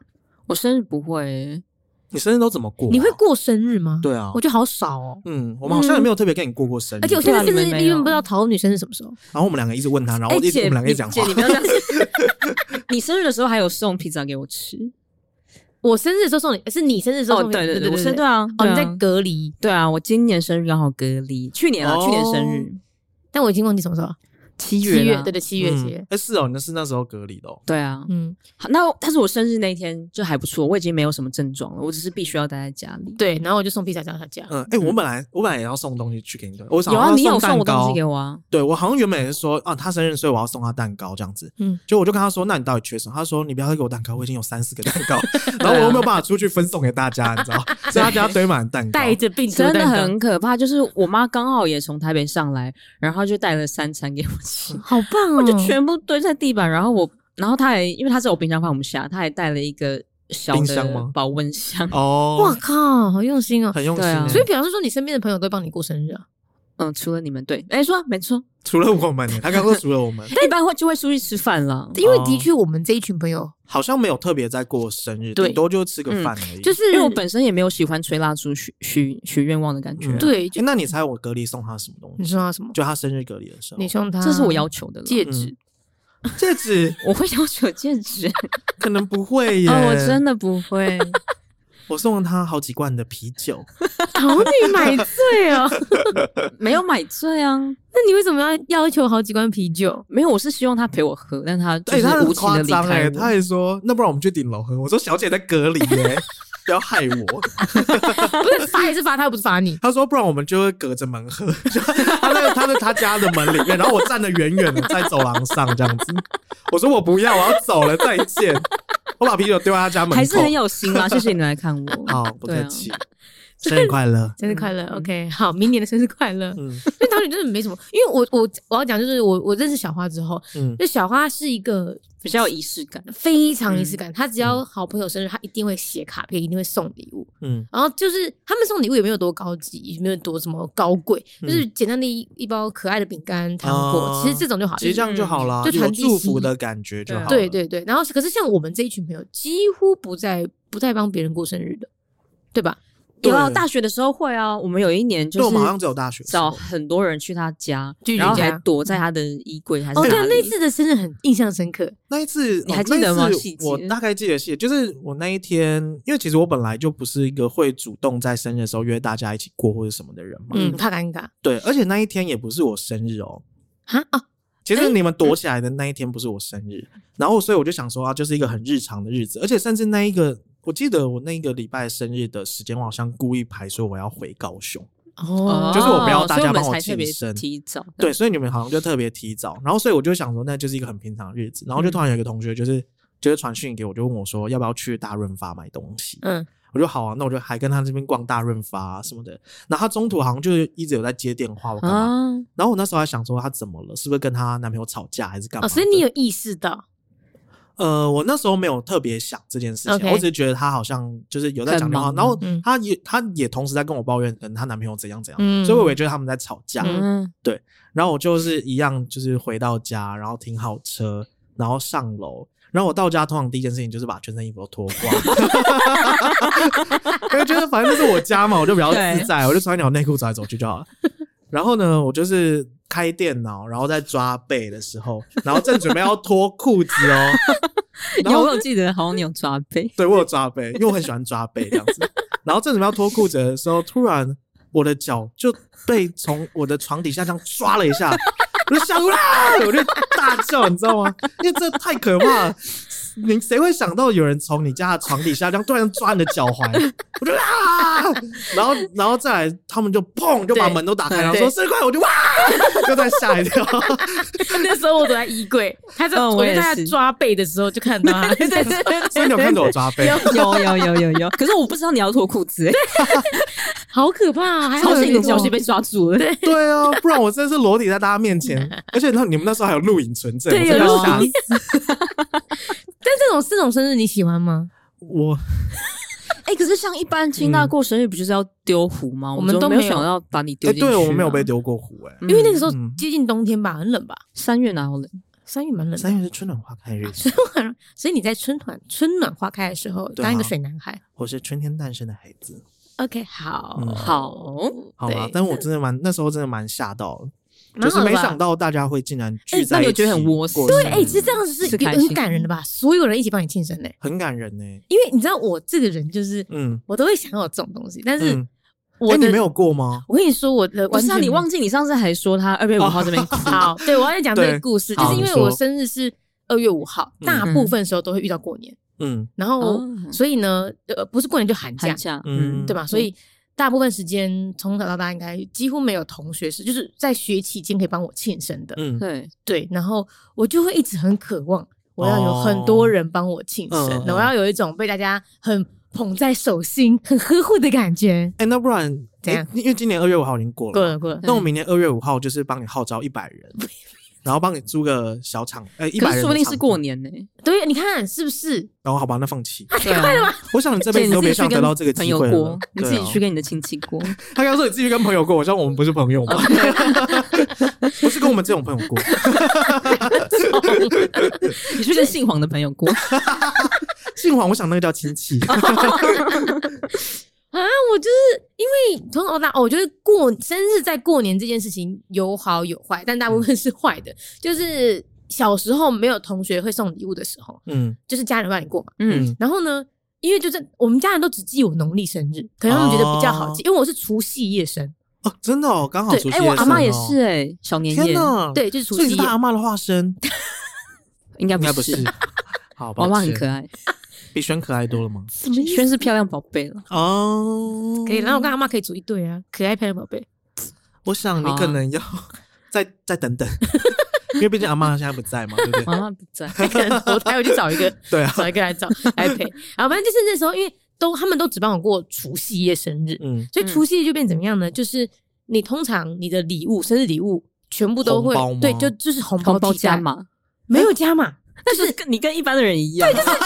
[SPEAKER 1] 我生日不会欸，
[SPEAKER 3] 你生日都怎么过啊、
[SPEAKER 2] 你会过生日吗？
[SPEAKER 3] 对啊
[SPEAKER 2] 我觉得好少哦。
[SPEAKER 3] 嗯，我们好像也没有特别跟你过过生日，
[SPEAKER 2] 而且我
[SPEAKER 1] 对
[SPEAKER 2] 现
[SPEAKER 1] 啊
[SPEAKER 2] 在甚
[SPEAKER 1] 你
[SPEAKER 2] 至
[SPEAKER 1] 们没有
[SPEAKER 2] 因为不知道桃女生是什么时候，
[SPEAKER 3] 然后我们两个一直问他，然后我一直、
[SPEAKER 1] 哎姐，
[SPEAKER 3] 我们两个一
[SPEAKER 1] 你
[SPEAKER 3] 直讲话
[SPEAKER 1] 姐，，你不要这样子。你生日的时候还有送披萨给我吃
[SPEAKER 2] 我生日的时候送你，是你生日的时候
[SPEAKER 1] 哦，
[SPEAKER 2] 送你，
[SPEAKER 1] 对对对，
[SPEAKER 2] 对
[SPEAKER 1] 我生对
[SPEAKER 2] 对。
[SPEAKER 1] 啊，
[SPEAKER 2] 哦，
[SPEAKER 1] 对
[SPEAKER 2] 你
[SPEAKER 1] 啊
[SPEAKER 2] 在隔离，
[SPEAKER 1] 对啊，我今年生日刚好隔离，去年啊，
[SPEAKER 3] 哦
[SPEAKER 1] 去年生日
[SPEAKER 2] 但我已经忘记什么时候了。
[SPEAKER 1] 七月
[SPEAKER 2] 七月
[SPEAKER 1] 啦
[SPEAKER 2] 对对七月七
[SPEAKER 3] 哎
[SPEAKER 2] 月、，
[SPEAKER 3] 诶是哦，那是那时候隔离的哦。
[SPEAKER 1] 对啊，
[SPEAKER 2] 嗯，
[SPEAKER 1] 好那但是我生日那一天就还不错，我已经没有什么症状了，我只是必须要待在家里。
[SPEAKER 2] 对，然后我就送披萨到他家，
[SPEAKER 3] 嗯，哎、我本来我本来也要送东西去给你的，我想
[SPEAKER 1] 有啊，
[SPEAKER 3] 要
[SPEAKER 1] 你有
[SPEAKER 3] 蛋
[SPEAKER 1] 送我东
[SPEAKER 3] 糕
[SPEAKER 1] 西给我啊？
[SPEAKER 3] 对我好像原本也是说啊，他生日，所以我要送他蛋糕这样子。
[SPEAKER 2] 嗯
[SPEAKER 3] 嗯，就我就跟他说，那你到底缺什么？他说你不要再给我蛋糕，我已经有三四个蛋
[SPEAKER 2] (laughs)
[SPEAKER 3] 糕，然后我又没有办法出去分送给大家，你知道，所以他家堆满蛋糕。
[SPEAKER 2] 带着病毒
[SPEAKER 1] 真的
[SPEAKER 2] 蛋糕
[SPEAKER 1] 很可怕，就是我妈刚好也从台北上来，然后就带了三餐给我吃，
[SPEAKER 2] 好棒哦，
[SPEAKER 1] 就全部堆在地板。然后我，然后她还因为她在我冰箱放不下，她还带了一个小
[SPEAKER 3] 冰箱
[SPEAKER 1] 的
[SPEAKER 3] 吗
[SPEAKER 1] 保温箱。 (laughs)
[SPEAKER 3] 哦，
[SPEAKER 2] 哇靠，好用心哦。
[SPEAKER 3] 很用心、
[SPEAKER 1] 对
[SPEAKER 3] 欸
[SPEAKER 1] 啊
[SPEAKER 2] 所以表示说你身边的朋友都帮你过生日啊？
[SPEAKER 1] 嗯，除了你们对，哎，说啊没错，
[SPEAKER 3] 除了我们、欸他刚说除了我们，
[SPEAKER 1] 一般会就会出去吃饭了。
[SPEAKER 2] 因为的
[SPEAKER 3] 哦
[SPEAKER 2] 确我们这一群朋友
[SPEAKER 3] 好像没有特别在过生日，
[SPEAKER 2] 对嗯
[SPEAKER 3] 顶多就吃个饭而已。
[SPEAKER 2] 就
[SPEAKER 3] 欸、
[SPEAKER 2] 是
[SPEAKER 1] 因为我本身也没有喜欢吹蜡烛许许许愿望的感觉啊，
[SPEAKER 3] 嗯
[SPEAKER 2] 对，就
[SPEAKER 3] 那你猜我隔离送他什么东
[SPEAKER 2] 你
[SPEAKER 3] 西？
[SPEAKER 2] 说他什么？
[SPEAKER 3] 就他生日隔离的时候
[SPEAKER 2] 你，送他，
[SPEAKER 1] 这是我要求的了。嗯
[SPEAKER 2] 戒指，
[SPEAKER 3] 戒指
[SPEAKER 1] 我会要求戒
[SPEAKER 3] (laughs)
[SPEAKER 1] 指
[SPEAKER 3] 可能不会
[SPEAKER 2] (laughs)
[SPEAKER 3] 耶。
[SPEAKER 1] (laughs)
[SPEAKER 2] 哦
[SPEAKER 1] 啊，我真的不 (laughs) 会。
[SPEAKER 3] 我送了他好几罐的啤酒，
[SPEAKER 2] 好啊你买醉哦。
[SPEAKER 1] (laughs) 没有买醉啊，
[SPEAKER 2] 那你为什么要要求好几罐啤酒？
[SPEAKER 1] 没有，我是希望他陪我喝，但他就
[SPEAKER 3] 对
[SPEAKER 1] 是
[SPEAKER 3] 哎他
[SPEAKER 1] 无
[SPEAKER 3] 很
[SPEAKER 1] 情的
[SPEAKER 3] 夸
[SPEAKER 1] 离
[SPEAKER 3] 张哎，
[SPEAKER 1] 开
[SPEAKER 3] 他
[SPEAKER 1] 我。
[SPEAKER 3] 还说那不然我们去顶楼喝。我说小姐在隔离耶、不要害我。
[SPEAKER 2] 不是罚也是罚他，不是罚
[SPEAKER 1] (laughs)
[SPEAKER 2] 你。
[SPEAKER 3] 他说不然我们就会隔着门喝， (laughs) 就他在他在他家的门里面，然后我站得远远的在走廊上这样子。我说我不要，我要走了，再见。我把啤酒丢在他家门口，
[SPEAKER 1] 还是很有心啦，谢谢你来看我。
[SPEAKER 3] (laughs) 好，不
[SPEAKER 1] 对
[SPEAKER 3] 客
[SPEAKER 1] 啊
[SPEAKER 3] 气，生日快乐。
[SPEAKER 2] 生日快乐、
[SPEAKER 1] 嗯
[SPEAKER 2] o k 好，明年的生日快乐。
[SPEAKER 3] 嗯
[SPEAKER 2] 因为桃女真的没什么，因为我我我要讲就是我我认识小花之后，
[SPEAKER 3] 嗯，
[SPEAKER 2] 就小花是一个
[SPEAKER 1] 比较有仪式感。
[SPEAKER 2] 非常
[SPEAKER 1] 嗯
[SPEAKER 2] 仪式感，她只要好朋友生日，她一定会写卡片，一定会送礼物。
[SPEAKER 3] 嗯，
[SPEAKER 2] 然后就是他们送礼物也没有多高级，也没有多什么高贵，就是简单的一一包可爱的饼干、糖果，
[SPEAKER 3] 哦
[SPEAKER 2] 其实这种就好。
[SPEAKER 3] 其实这样就好
[SPEAKER 1] 嗯
[SPEAKER 3] 啦，
[SPEAKER 2] 就
[SPEAKER 3] 有
[SPEAKER 2] 传递
[SPEAKER 3] 祝
[SPEAKER 2] 心
[SPEAKER 3] 福
[SPEAKER 2] 意
[SPEAKER 3] 的感觉
[SPEAKER 1] 啊
[SPEAKER 3] 就好了。
[SPEAKER 2] 对对对，然后可是像我们这一群朋友，几乎不在不再帮别人过生日的，对吧？
[SPEAKER 1] 有啊，
[SPEAKER 3] 对
[SPEAKER 1] 大学的时候会啊，我们有一年
[SPEAKER 3] 就
[SPEAKER 1] 就
[SPEAKER 3] 我
[SPEAKER 1] 是
[SPEAKER 3] 们好像只有大学的时
[SPEAKER 1] 找
[SPEAKER 3] 候
[SPEAKER 1] 很多人去他家，
[SPEAKER 2] 去你
[SPEAKER 1] 然后
[SPEAKER 2] 家
[SPEAKER 1] 还躲在他的衣柜还是
[SPEAKER 2] 哦，对
[SPEAKER 1] 哪，里
[SPEAKER 2] 那次的生日很印象深刻。
[SPEAKER 3] 那一次，
[SPEAKER 1] 你
[SPEAKER 3] 哦
[SPEAKER 1] 还记得吗
[SPEAKER 3] 那一次
[SPEAKER 1] 细节
[SPEAKER 3] 我大概记得细节，就是我那一天，因为其实我本来就不是一个会主动在生日的时候约大家一起过或者什么的人嘛。
[SPEAKER 2] 嗯，怕尴尬
[SPEAKER 3] 对，而且那一天也不是我生日哦。
[SPEAKER 2] 啊啊！
[SPEAKER 3] 其实你们
[SPEAKER 1] 嗯
[SPEAKER 3] 躲起来的那一天不是我生日，然后所以我就想说啊，就是一个很日常的日子，而且甚至那一个，我记得我那一个礼拜生日的时间，我好像故意排说我要回高雄。
[SPEAKER 1] 嗯
[SPEAKER 2] 哦，
[SPEAKER 3] 就是我不要
[SPEAKER 1] 哦
[SPEAKER 3] 大
[SPEAKER 1] 所以
[SPEAKER 3] 家
[SPEAKER 1] 我们
[SPEAKER 3] 帮我
[SPEAKER 1] 才特别
[SPEAKER 3] 庆生
[SPEAKER 1] 提早。
[SPEAKER 3] 对，所以你们好像就特别提早，然后所以我就想说，那就是一个很平常的日子。然
[SPEAKER 1] 嗯
[SPEAKER 3] 后就突然有一个同学就是、就是传讯给我，就问我说要不要去大润发买东西。
[SPEAKER 2] 嗯，
[SPEAKER 3] 我就好啊，那我就还跟他这边逛大润发、啊、什么的。然后他中途好像就是一直有在接电话，我干嘛？
[SPEAKER 1] 啊，
[SPEAKER 3] 然后我那时候还想说他怎么了，是不是跟她男朋友吵架还是干嘛
[SPEAKER 2] 哦，
[SPEAKER 3] 的？
[SPEAKER 2] 所以你有意识到
[SPEAKER 3] 呃，我那时候没有特别想这件事情
[SPEAKER 2] OK
[SPEAKER 3] 我只是觉得她好像就是有在讲电话，
[SPEAKER 1] 很忙
[SPEAKER 3] 然后
[SPEAKER 2] 嗯
[SPEAKER 3] 她也她也同时在跟我抱怨，可能她男朋友怎样怎样，
[SPEAKER 2] 嗯
[SPEAKER 3] 所以我也觉得他们在吵架。
[SPEAKER 1] 嗯，
[SPEAKER 3] 然后我就是一样，就是回到家，然后停好车，然后上楼。然后我到家，通常第一件事情就是把全身衣服都脱光， (laughs) 因为觉得反正这是我家嘛，我就比较自在，我就穿一条内裤走来走去就好了。然后呢，我就是开电脑，然后在抓背的时候，然后正准备要脱裤子哦，然
[SPEAKER 1] 有
[SPEAKER 3] 后
[SPEAKER 1] 我有记得好像你有抓 (laughs) 背，
[SPEAKER 3] 对我有抓背，因为我很喜欢抓背这样子。然后正准备要脱裤子的时候，突然我的脚就被从我的床底下这样抓了一下，我就吓出啦，我就大叫，你知道吗？因为这太可怕了。你谁会想到有人从你家的床底下这样突然抓你的脚踝？我就啊，然后然后再来，他们就砰就把
[SPEAKER 2] 对
[SPEAKER 3] 门都打开，
[SPEAKER 2] 嗯
[SPEAKER 3] 然后
[SPEAKER 2] 对
[SPEAKER 3] 说生日快乐，我就哇，又再吓一跳。
[SPEAKER 2] (laughs) 那时候我躲在衣柜，他在
[SPEAKER 1] 嗯
[SPEAKER 2] 我
[SPEAKER 1] 我也
[SPEAKER 2] 在
[SPEAKER 1] 是
[SPEAKER 2] 他抓背的时候就看到他，对对
[SPEAKER 1] (laughs)
[SPEAKER 2] 对，
[SPEAKER 3] 所以你有看着我抓背？
[SPEAKER 1] 有有有有有，可是我不知道你要脱裤子，哎
[SPEAKER 2] 好可怕啊！还好
[SPEAKER 1] (laughs) 好险你
[SPEAKER 2] 有
[SPEAKER 1] 的脚是被抓住了。
[SPEAKER 2] (laughs)
[SPEAKER 3] 对啊，不然我真的是裸体在大家面前，而且那你们那时候还有录影存证，
[SPEAKER 2] 对
[SPEAKER 3] 我真
[SPEAKER 2] 有
[SPEAKER 3] 的
[SPEAKER 2] 录
[SPEAKER 3] 吓
[SPEAKER 2] 影但这种这种生日你喜欢吗？
[SPEAKER 3] 我
[SPEAKER 1] (laughs) 哎，可是像一般清大过生日不就是要丢壶吗？
[SPEAKER 2] 我
[SPEAKER 1] 们
[SPEAKER 2] 们都
[SPEAKER 1] 没有
[SPEAKER 2] 没有
[SPEAKER 1] 想到把你丢
[SPEAKER 3] 哎，
[SPEAKER 1] 进去啊。
[SPEAKER 3] 对我们没有被丢过湖哎，
[SPEAKER 1] 嗯，
[SPEAKER 2] 因为那个时候
[SPEAKER 3] 嗯
[SPEAKER 2] 接近冬天吧，很冷吧，
[SPEAKER 1] 三月哪有冷？
[SPEAKER 2] 三月蛮冷的。
[SPEAKER 3] 三月是春暖花开日子，
[SPEAKER 2] 所以你在春暖春暖花开的时候，
[SPEAKER 3] 对啊
[SPEAKER 2] 当一个水男孩。
[SPEAKER 3] 我是春天诞生的孩子，
[SPEAKER 2] OK，好，
[SPEAKER 3] 嗯
[SPEAKER 1] 哦好，
[SPEAKER 3] 好吗
[SPEAKER 2] 对？
[SPEAKER 3] 但我真的蛮那时候真的蛮吓到的，
[SPEAKER 2] 蛮
[SPEAKER 3] 就
[SPEAKER 2] 好
[SPEAKER 3] 是
[SPEAKER 2] 的吧
[SPEAKER 3] 没想到大家会竟然聚
[SPEAKER 1] 哎那
[SPEAKER 3] 在
[SPEAKER 1] 你
[SPEAKER 3] 一
[SPEAKER 1] 有
[SPEAKER 3] 起，
[SPEAKER 1] 觉得很窝心
[SPEAKER 3] 对
[SPEAKER 2] 对，哎、其实这样子
[SPEAKER 1] 是
[SPEAKER 2] 是
[SPEAKER 1] 开
[SPEAKER 2] 很
[SPEAKER 1] 心
[SPEAKER 2] 感人的吧？所有人一起帮你庆生呢、
[SPEAKER 3] 很感人呢。
[SPEAKER 2] 因为你知道我这个人就是，
[SPEAKER 3] 嗯
[SPEAKER 2] 我都会想要有这种东西，但是
[SPEAKER 3] 嗯，
[SPEAKER 2] 我
[SPEAKER 3] 哎，你
[SPEAKER 2] 的
[SPEAKER 3] 没有过吗？
[SPEAKER 2] 我跟你说，我的
[SPEAKER 1] 不
[SPEAKER 2] 完
[SPEAKER 1] 是啊，
[SPEAKER 2] 全
[SPEAKER 1] 你
[SPEAKER 2] 没
[SPEAKER 1] 忘记你上次还说他二
[SPEAKER 3] 哦
[SPEAKER 1] 月五号这
[SPEAKER 3] (laughs)
[SPEAKER 1] 边哭，
[SPEAKER 2] 好，对我要讲这个故事，
[SPEAKER 3] 对
[SPEAKER 2] 就是因为
[SPEAKER 3] 好你
[SPEAKER 2] 我
[SPEAKER 3] 说
[SPEAKER 2] 生日是二月五号，
[SPEAKER 3] 嗯
[SPEAKER 2] 大部分时候都会遇到过年，
[SPEAKER 3] 嗯
[SPEAKER 2] 然后、
[SPEAKER 1] 哦
[SPEAKER 2] 所以呢，呃，不是过年就寒假
[SPEAKER 1] 寒，假，
[SPEAKER 3] 嗯
[SPEAKER 1] 嗯，
[SPEAKER 2] 对吧？
[SPEAKER 1] 嗯
[SPEAKER 2] 所以大部分时间从小到大应该几乎没有同学是就是在学期间可以帮我庆生的，
[SPEAKER 3] 嗯
[SPEAKER 1] 对，
[SPEAKER 2] 对，然后我就会一直很渴望我要有
[SPEAKER 3] 哦
[SPEAKER 2] 很多人帮我庆生，
[SPEAKER 3] 嗯嗯嗯
[SPEAKER 2] 我要有一种被大家很捧在手心、很呵护的感觉。
[SPEAKER 3] 哎，那不然
[SPEAKER 2] 怎样
[SPEAKER 3] 哎因为今年二月五号已经过
[SPEAKER 2] 过
[SPEAKER 3] 了
[SPEAKER 2] 了
[SPEAKER 3] 嘛，
[SPEAKER 2] 过了，
[SPEAKER 3] 那我明年二月五号就是帮你号召一百
[SPEAKER 2] (laughs)
[SPEAKER 3] 人，然后帮你租个小场，呃，一
[SPEAKER 1] 可
[SPEAKER 3] 百
[SPEAKER 1] 是
[SPEAKER 3] 人，
[SPEAKER 1] 说不定是
[SPEAKER 3] (laughs)
[SPEAKER 1] 过。年呢，
[SPEAKER 2] 对，你看是不是？
[SPEAKER 3] 然后好吧，那放弃。
[SPEAKER 1] 太快了吧？
[SPEAKER 3] 我想你这辈
[SPEAKER 1] 姐
[SPEAKER 3] 子
[SPEAKER 1] (laughs) 你
[SPEAKER 3] 都
[SPEAKER 1] 自
[SPEAKER 3] 别
[SPEAKER 1] 己去
[SPEAKER 3] 想得
[SPEAKER 1] 跟
[SPEAKER 3] 到这个
[SPEAKER 1] 朋
[SPEAKER 3] 机
[SPEAKER 1] 友
[SPEAKER 3] 会
[SPEAKER 1] 过
[SPEAKER 3] 了，。
[SPEAKER 1] 你
[SPEAKER 3] 对
[SPEAKER 1] 自
[SPEAKER 3] 啊
[SPEAKER 1] 己去跟你的亲戚
[SPEAKER 3] (laughs)
[SPEAKER 1] 过，
[SPEAKER 3] 他刚说你自己跟朋友过，我说我们不是朋友吗？
[SPEAKER 1] 哦
[SPEAKER 3] (laughs) 不是跟我们这种朋友过，
[SPEAKER 1] 你去跟姓黄的朋友过，
[SPEAKER 3] 姓黄，我想那个叫亲
[SPEAKER 1] (laughs)
[SPEAKER 3] 戚。
[SPEAKER 2] 啊，我就是因为从小到大，哦我觉得过生日在过年这件事情有好有坏，但大部
[SPEAKER 3] 嗯
[SPEAKER 2] 分是坏的。就是小时候没有同学会送礼物的时候，
[SPEAKER 3] 嗯
[SPEAKER 2] 就是家人帮你过嘛。
[SPEAKER 1] 嗯，
[SPEAKER 3] (laughs) 嗯
[SPEAKER 2] 然后呢，因为就是我们家人都只记我农历生日，可能他们觉得比较好记，因为我是除夕夜生，
[SPEAKER 3] 哦，真的哦，刚好
[SPEAKER 2] 对
[SPEAKER 3] 除夕
[SPEAKER 1] 哎、
[SPEAKER 3] 夜
[SPEAKER 1] 我阿
[SPEAKER 3] 生
[SPEAKER 1] 妈也
[SPEAKER 3] 哦
[SPEAKER 1] 是。哎、小年
[SPEAKER 3] 天
[SPEAKER 1] 夜，
[SPEAKER 3] 哪，，
[SPEAKER 2] 对，就是除
[SPEAKER 3] 嗯所以你
[SPEAKER 2] 夕
[SPEAKER 3] 是
[SPEAKER 2] 夜
[SPEAKER 3] 他。阿妈的化
[SPEAKER 1] (laughs)
[SPEAKER 3] 身，
[SPEAKER 1] 应该
[SPEAKER 3] 应该
[SPEAKER 1] 不
[SPEAKER 3] 不
[SPEAKER 1] 是
[SPEAKER 3] 是。。 (laughs) 好，
[SPEAKER 1] 娃
[SPEAKER 3] 抱
[SPEAKER 1] 娃
[SPEAKER 3] 歉
[SPEAKER 1] 很可，爱，
[SPEAKER 3] 比轩可爱多了吗？
[SPEAKER 2] 什么意
[SPEAKER 1] 轩是漂亮宝贝
[SPEAKER 3] (laughs)
[SPEAKER 1] 了。
[SPEAKER 3] 哦，
[SPEAKER 2] 可以，然后我跟阿妈可以组一对啊，可爱漂亮宝
[SPEAKER 3] (laughs)
[SPEAKER 2] 贝。
[SPEAKER 3] 我想你
[SPEAKER 1] 好啊
[SPEAKER 3] 可能要 (laughs) 再再等 (laughs) 等，因为毕竟阿妈现在不在嘛，对
[SPEAKER 1] (laughs)
[SPEAKER 3] 不对？
[SPEAKER 1] 妈妈不
[SPEAKER 3] (laughs)
[SPEAKER 1] 在，
[SPEAKER 2] 我待会去找一个，
[SPEAKER 3] 对啊，
[SPEAKER 2] 找一个
[SPEAKER 3] (laughs)
[SPEAKER 2] 来找来陪。然后反正就是那时候，因为都他们都只帮我过除夕夜生日，
[SPEAKER 3] 嗯，
[SPEAKER 2] 所以除夕夜就变怎么样呢？就是你通常你的礼物，生日礼物全部都会
[SPEAKER 3] 红包吗
[SPEAKER 2] 对，就就是红包
[SPEAKER 1] 红包
[SPEAKER 2] 替代
[SPEAKER 1] 加，码，
[SPEAKER 2] 没有加码，
[SPEAKER 1] 但是跟你跟一般的人一样，对，就是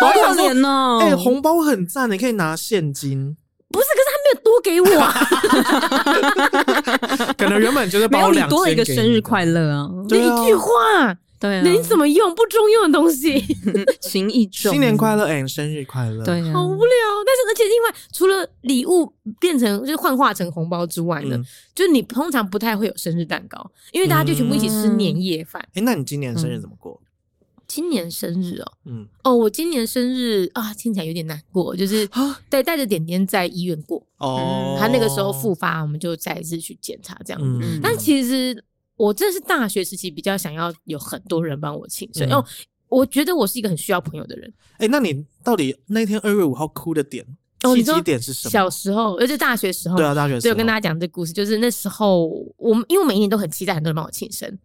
[SPEAKER 3] 我
[SPEAKER 1] (laughs) 好
[SPEAKER 3] 还
[SPEAKER 1] 可
[SPEAKER 3] 想说，
[SPEAKER 1] 怜哦。
[SPEAKER 3] 哎，红包很赞，你可以拿现金，
[SPEAKER 2] 没有多给我
[SPEAKER 3] (laughs)
[SPEAKER 2] 啊，
[SPEAKER 3] 可能原本就是
[SPEAKER 1] 没
[SPEAKER 3] 包
[SPEAKER 1] 有你
[SPEAKER 3] 两
[SPEAKER 1] 多了一个
[SPEAKER 3] 千
[SPEAKER 1] 生
[SPEAKER 3] 给你的
[SPEAKER 1] 日快乐啊，
[SPEAKER 2] 那
[SPEAKER 3] 对啊
[SPEAKER 2] 一句话
[SPEAKER 3] (laughs)
[SPEAKER 1] 对啊，
[SPEAKER 2] 能怎么用？不中用的东西，
[SPEAKER 1] (laughs) 情意重，
[SPEAKER 3] 新年快乐，哎，生日快乐，
[SPEAKER 1] 对啊，
[SPEAKER 2] 好无聊。但是而且另外，除了礼物变成就是幻化成红包之外呢，
[SPEAKER 3] 嗯，
[SPEAKER 2] 就是你通常不太会有生日蛋糕，因为大家就全部一起吃
[SPEAKER 1] 嗯
[SPEAKER 2] 年夜饭。
[SPEAKER 3] 哎，那你今年生日怎么过？
[SPEAKER 2] 今年生日哦，
[SPEAKER 3] 嗯
[SPEAKER 2] 哦，我今年生日啊，听起来有点难过，就是
[SPEAKER 3] 啊
[SPEAKER 2] 对带着点点在医院过，
[SPEAKER 3] 哦，
[SPEAKER 2] 嗯他那个时候复发，我们就再一次去检查这样子。
[SPEAKER 1] 嗯
[SPEAKER 2] 但其实我真的是大学时期比较想要有很多人帮我庆生，
[SPEAKER 3] 嗯
[SPEAKER 2] 因为哦我觉得我是一个很需要朋友的人。
[SPEAKER 3] 哎、那你到底那天二月五号哭的点，
[SPEAKER 2] 哦
[SPEAKER 3] 契
[SPEAKER 2] 你说
[SPEAKER 3] 机点是什么？
[SPEAKER 2] 小时候，而且大学时候，
[SPEAKER 3] 对啊，大学
[SPEAKER 2] 对，
[SPEAKER 3] 时
[SPEAKER 2] 我
[SPEAKER 3] 候
[SPEAKER 2] 跟大家讲这故事，就是那时候我们因为我每一年都很期待很多人帮我庆生，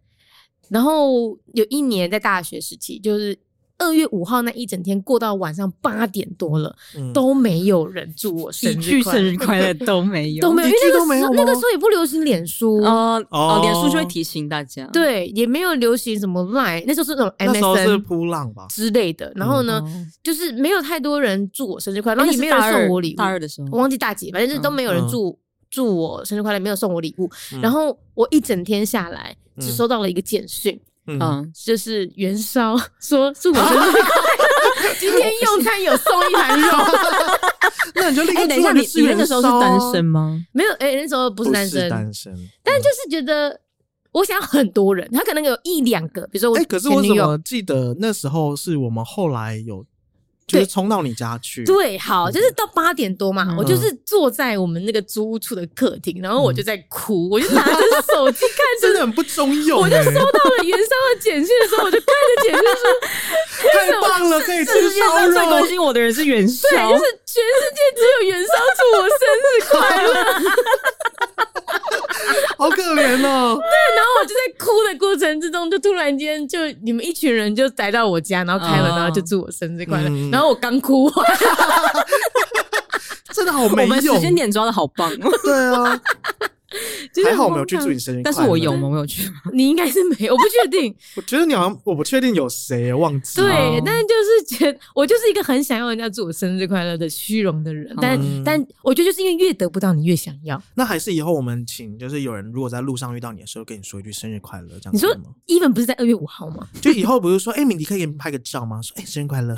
[SPEAKER 2] 然后有一年在大学时期，就是二月五号那一整天过到晚上八点多了，
[SPEAKER 3] 嗯
[SPEAKER 2] 都没有人祝我生
[SPEAKER 1] 一
[SPEAKER 2] 日
[SPEAKER 1] 句
[SPEAKER 2] 快乐
[SPEAKER 1] 生日快乐都没有，
[SPEAKER 2] 都没有，
[SPEAKER 3] 一
[SPEAKER 2] 因为
[SPEAKER 3] 句
[SPEAKER 2] 那
[SPEAKER 3] 都
[SPEAKER 2] 个
[SPEAKER 3] 没
[SPEAKER 2] 时
[SPEAKER 3] 有
[SPEAKER 2] 候
[SPEAKER 3] 吗
[SPEAKER 2] 那个时候也不流行脸书。
[SPEAKER 1] 哦
[SPEAKER 3] 哦
[SPEAKER 1] 哦，脸书就会提醒大家，，
[SPEAKER 2] 对，也没有流行什么 Line，那时候是那种
[SPEAKER 3] 那时候是嗯
[SPEAKER 2] MSN
[SPEAKER 3] 扑浪吧？
[SPEAKER 2] 之类的。然后呢，
[SPEAKER 1] 哦
[SPEAKER 2] 就是没有太多人祝我生日快乐，然
[SPEAKER 1] 哎
[SPEAKER 2] 后也
[SPEAKER 1] 那是
[SPEAKER 2] 没有人
[SPEAKER 1] 大二
[SPEAKER 2] 送我礼物。
[SPEAKER 1] 大二的
[SPEAKER 3] 嗯
[SPEAKER 1] 时
[SPEAKER 2] 我
[SPEAKER 1] 候，
[SPEAKER 2] 忘记大几，反正就是都没有人祝、祝我生日快乐，没有送我礼物。
[SPEAKER 3] 嗯
[SPEAKER 2] 然后我一整天下来，
[SPEAKER 3] 嗯
[SPEAKER 2] 只收到了一个简讯，
[SPEAKER 3] 嗯，
[SPEAKER 1] 嗯，
[SPEAKER 2] 就是袁绍 (laughs) 说祝我生日快乐，今天用餐有送
[SPEAKER 3] (laughs)
[SPEAKER 2] 一盘肉。
[SPEAKER 3] (laughs) 那你就立刻
[SPEAKER 1] 哎，等一
[SPEAKER 3] 出
[SPEAKER 1] 下，
[SPEAKER 3] 来
[SPEAKER 1] 你
[SPEAKER 3] 就吃
[SPEAKER 1] 你那个
[SPEAKER 3] 元
[SPEAKER 1] 时候是
[SPEAKER 3] 宵啊
[SPEAKER 1] 单身， (laughs) 吗？
[SPEAKER 2] 没有，哎、那时候
[SPEAKER 3] 不
[SPEAKER 2] 不是单身，
[SPEAKER 3] 单身。
[SPEAKER 2] 但就是觉得我想要很多人，他可能有一两个，比如说我
[SPEAKER 3] 哎、可是我
[SPEAKER 2] 前
[SPEAKER 3] 怎
[SPEAKER 2] 女友
[SPEAKER 3] 么记得那时候是我们后来有就
[SPEAKER 2] 对
[SPEAKER 3] 是冲到你家去？
[SPEAKER 2] 对，
[SPEAKER 3] 嗯
[SPEAKER 2] 好，就是到八点多嘛，
[SPEAKER 1] 嗯
[SPEAKER 2] 我就是坐在我们那个租屋处的客厅，然后
[SPEAKER 3] 嗯
[SPEAKER 2] 我就在哭，我就拿着手机看
[SPEAKER 3] (laughs)
[SPEAKER 2] 着
[SPEAKER 3] 真的很不中用、
[SPEAKER 2] 我
[SPEAKER 3] 欸，
[SPEAKER 2] 就收到了袁绍的简讯的时候，我就看着简讯说，
[SPEAKER 3] 太棒了，可以吃
[SPEAKER 1] 世界
[SPEAKER 3] 烧
[SPEAKER 1] 上最关
[SPEAKER 3] 肉。
[SPEAKER 1] 心我的人是元宵，
[SPEAKER 2] 对，就是全世界只有袁绍祝我生日快乐。
[SPEAKER 3] 好可怜哦！
[SPEAKER 2] 然
[SPEAKER 1] (laughs)
[SPEAKER 2] 后我就在哭的过程之中，就突然间就你们一群人就来到我家，然后开门，
[SPEAKER 1] 哦
[SPEAKER 2] 然后就祝我生日快乐。
[SPEAKER 3] 嗯
[SPEAKER 2] 然后我刚哭完，
[SPEAKER 3] 真的好没
[SPEAKER 1] 我们时
[SPEAKER 3] 用。
[SPEAKER 1] 间点抓的好棒，
[SPEAKER 3] 对
[SPEAKER 1] (laughs)
[SPEAKER 3] 啊，
[SPEAKER 2] 就是
[SPEAKER 3] 还好我没有
[SPEAKER 2] 荒
[SPEAKER 3] 去
[SPEAKER 2] 唐
[SPEAKER 3] 祝你生日快
[SPEAKER 1] 但
[SPEAKER 3] 乐，
[SPEAKER 1] 是我有吗？我有去吗？
[SPEAKER 2] 你应该是没有，我不确定。
[SPEAKER 3] 我觉得你好像我不确定有谁忘记了
[SPEAKER 2] 对
[SPEAKER 1] 哦，
[SPEAKER 2] 但就是觉得我就是一个很想要人家祝我生日快乐的虚荣的人，但、
[SPEAKER 3] 嗯
[SPEAKER 2] 但我觉得就是因为越得不到，你越想要。
[SPEAKER 3] 那还是以后我们请，就是有人如果在路上遇到你的时候，跟你说一句生日快乐，这样
[SPEAKER 2] 你说
[SPEAKER 3] 可以吗？
[SPEAKER 2] even 不是在二月五号吗？
[SPEAKER 3] 就以后不是说，哎、敏迪可以给你拍个照
[SPEAKER 1] (laughs)
[SPEAKER 3] 吗？说，哎、生日快乐，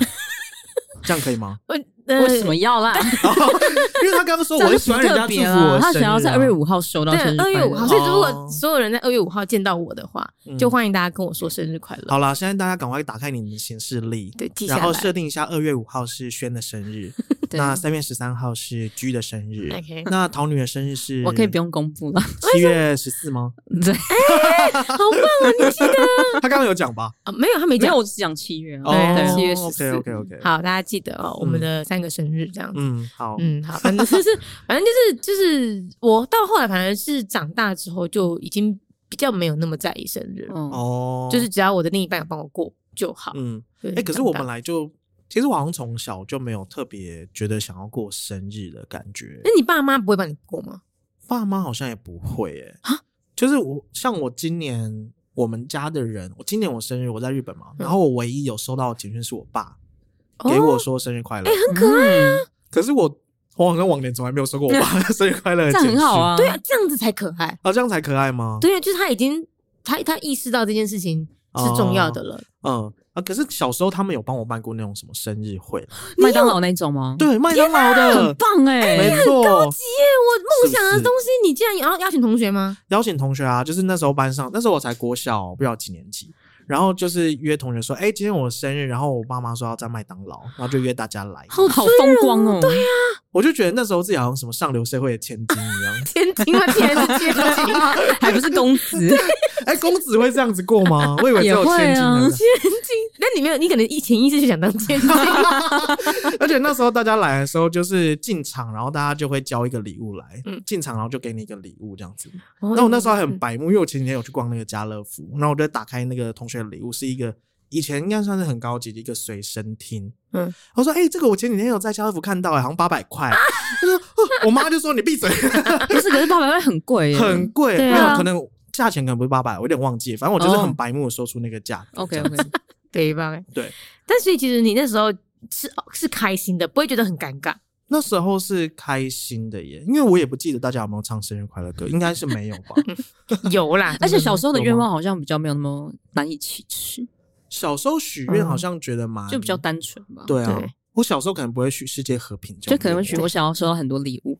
[SPEAKER 3] 这样可以吗？
[SPEAKER 2] 我
[SPEAKER 1] 为什么要啦？
[SPEAKER 3] 因为他刚刚说我很喜欢人家祝福我、
[SPEAKER 1] 啊
[SPEAKER 3] 啊
[SPEAKER 1] 他想要在二月，五号收到
[SPEAKER 2] 对
[SPEAKER 1] 生日
[SPEAKER 2] 二
[SPEAKER 1] 快乐
[SPEAKER 2] 月五号，所以如
[SPEAKER 3] 哦
[SPEAKER 2] 果所有人在二月五号见到我的话，
[SPEAKER 3] 嗯
[SPEAKER 2] 就欢迎大家跟我说生日快乐。
[SPEAKER 3] 好啦，现在大家赶快打开你们的显示力，
[SPEAKER 2] 对记下
[SPEAKER 3] 然后
[SPEAKER 2] 来
[SPEAKER 3] 设定一下二月五号是轩的生日，
[SPEAKER 2] (laughs) 对
[SPEAKER 3] 那三月十三号是 G 的生日
[SPEAKER 2] OK
[SPEAKER 3] 那桃女的生日是
[SPEAKER 1] 我可以不用公布了。
[SPEAKER 3] 七月十四吗？
[SPEAKER 1] 对，
[SPEAKER 2] 好棒啊！你记得
[SPEAKER 3] 他刚刚有讲吧？
[SPEAKER 2] 啊？没有，他没
[SPEAKER 1] 没
[SPEAKER 2] 讲
[SPEAKER 1] 有，。我只讲七月啊。
[SPEAKER 3] 哦
[SPEAKER 2] (laughs) 对
[SPEAKER 1] 七月
[SPEAKER 3] ，OK
[SPEAKER 1] 14
[SPEAKER 3] OK OK，，
[SPEAKER 2] 好，大家记得哦，我们的三个生日这样子。
[SPEAKER 3] 嗯，好，
[SPEAKER 2] 嗯，好，反正就是， (laughs) 反正就是，就是我到后来，反正是长大之后就已经比较没有那么在意生日了，
[SPEAKER 1] 嗯，
[SPEAKER 3] 哦，
[SPEAKER 2] 就是，只要我的另一半有帮我过就好。
[SPEAKER 3] 嗯，
[SPEAKER 2] 哎
[SPEAKER 3] 哎、可是我本来就，其实我好像从小就没有特别觉得想要过生日的感觉
[SPEAKER 2] 那，你爸妈不会帮你过吗？
[SPEAKER 3] 嗯爸妈好像也不会、欸，
[SPEAKER 1] 啊
[SPEAKER 3] 哎，就是我像我今年我们家的人，我今年我生日我在日本
[SPEAKER 1] 嗯
[SPEAKER 3] 嘛，然后我唯一有收到的简讯是我爸给我说生日快乐，
[SPEAKER 1] 哦很可爱啊，
[SPEAKER 3] 可是我我好像往年从来没有收过我
[SPEAKER 1] (laughs)
[SPEAKER 3] 爸生日快乐的
[SPEAKER 1] 这
[SPEAKER 3] 简
[SPEAKER 1] 样
[SPEAKER 3] 讯，
[SPEAKER 1] 很好，啊。
[SPEAKER 2] 对啊，这样子才可爱。
[SPEAKER 3] 啊，这样才可爱吗？
[SPEAKER 2] 对啊，就是他已经他他意识到这件事情是重要的了。
[SPEAKER 3] 嗯啊，可是小时候他们有帮我办过那种什么生日会，
[SPEAKER 1] 麦当劳那种吗？，
[SPEAKER 3] 对，麦当劳
[SPEAKER 1] 很
[SPEAKER 3] 的。
[SPEAKER 1] 棒哎
[SPEAKER 3] 没。错，
[SPEAKER 2] 耶，我梦想
[SPEAKER 3] 是不
[SPEAKER 2] 的
[SPEAKER 3] 是
[SPEAKER 2] 东西，你竟然也要邀请同学吗？。
[SPEAKER 3] 邀请同学啊，就是那时候班上，那时候我才国小，不知道几年级。然后就是约同学说，哎、今天我生日，然后我爸妈说要在麦当劳，然后就约大家来。
[SPEAKER 1] 好好风光哦！对呀，
[SPEAKER 3] 我就觉得那时候自己好像什么上流社会的千金一样
[SPEAKER 2] 天津吗？竟然是天津，
[SPEAKER 3] (laughs)
[SPEAKER 1] (laughs) 还不是公子，
[SPEAKER 3] 哎、公子会这样子过吗？我以为只有千金
[SPEAKER 1] 也
[SPEAKER 3] 呢。
[SPEAKER 1] 会
[SPEAKER 2] 那你没有，你可能以前意识就想当天津。
[SPEAKER 1] 啊
[SPEAKER 3] 而且那时候大家来的时候，就是进场，然后大家就会交一个礼物来，
[SPEAKER 2] 嗯
[SPEAKER 3] 进场然后就给你一个礼物这样子。
[SPEAKER 2] 那
[SPEAKER 3] (laughs)
[SPEAKER 1] 嗯
[SPEAKER 3] 那我那时候还
[SPEAKER 2] 嗯
[SPEAKER 3] 很白目，因为我前几天有去逛那个家乐福，然后我就打开那个同学的礼物，是一个以前应该算是很高级的一个随身听。
[SPEAKER 2] 嗯
[SPEAKER 3] 嗯，我说哎、欸这个我前几天有在家乐福看到、欸，好像八百块。我说哦我妈就说你闭嘴，
[SPEAKER 1] 不是？可是八百块很贵耶，
[SPEAKER 3] 很贵，
[SPEAKER 2] 对
[SPEAKER 3] 没
[SPEAKER 2] 啊
[SPEAKER 3] 有可能价钱可能不是八百，我有点忘记，反正我就是很白目的说出那个价格。
[SPEAKER 1] 哦 OK
[SPEAKER 3] 这样
[SPEAKER 1] OK，
[SPEAKER 2] 对吧？
[SPEAKER 3] 对，
[SPEAKER 2] 但所以其实你那时候是哦是开心的，不会觉得很尴 (laughs) 尬。
[SPEAKER 3] 那时候是开心的耶，因为我也不记得大家有没有唱生日快乐歌，应该是没有
[SPEAKER 1] (laughs)
[SPEAKER 3] 吧。
[SPEAKER 2] 有 (laughs) 啦，
[SPEAKER 1] 而且小时候的
[SPEAKER 3] 有吗
[SPEAKER 1] 愿望好像比较没有那么难以启齿，
[SPEAKER 3] 嗯小时候许愿好像觉得蛮
[SPEAKER 1] 嗯就比较单纯吧。，
[SPEAKER 3] 对啊
[SPEAKER 2] 对。
[SPEAKER 3] 我小时候可能不会许世界和平这
[SPEAKER 1] 就
[SPEAKER 3] 种愿望，
[SPEAKER 1] 可能许我想要收到很多礼
[SPEAKER 3] (laughs)
[SPEAKER 1] 物。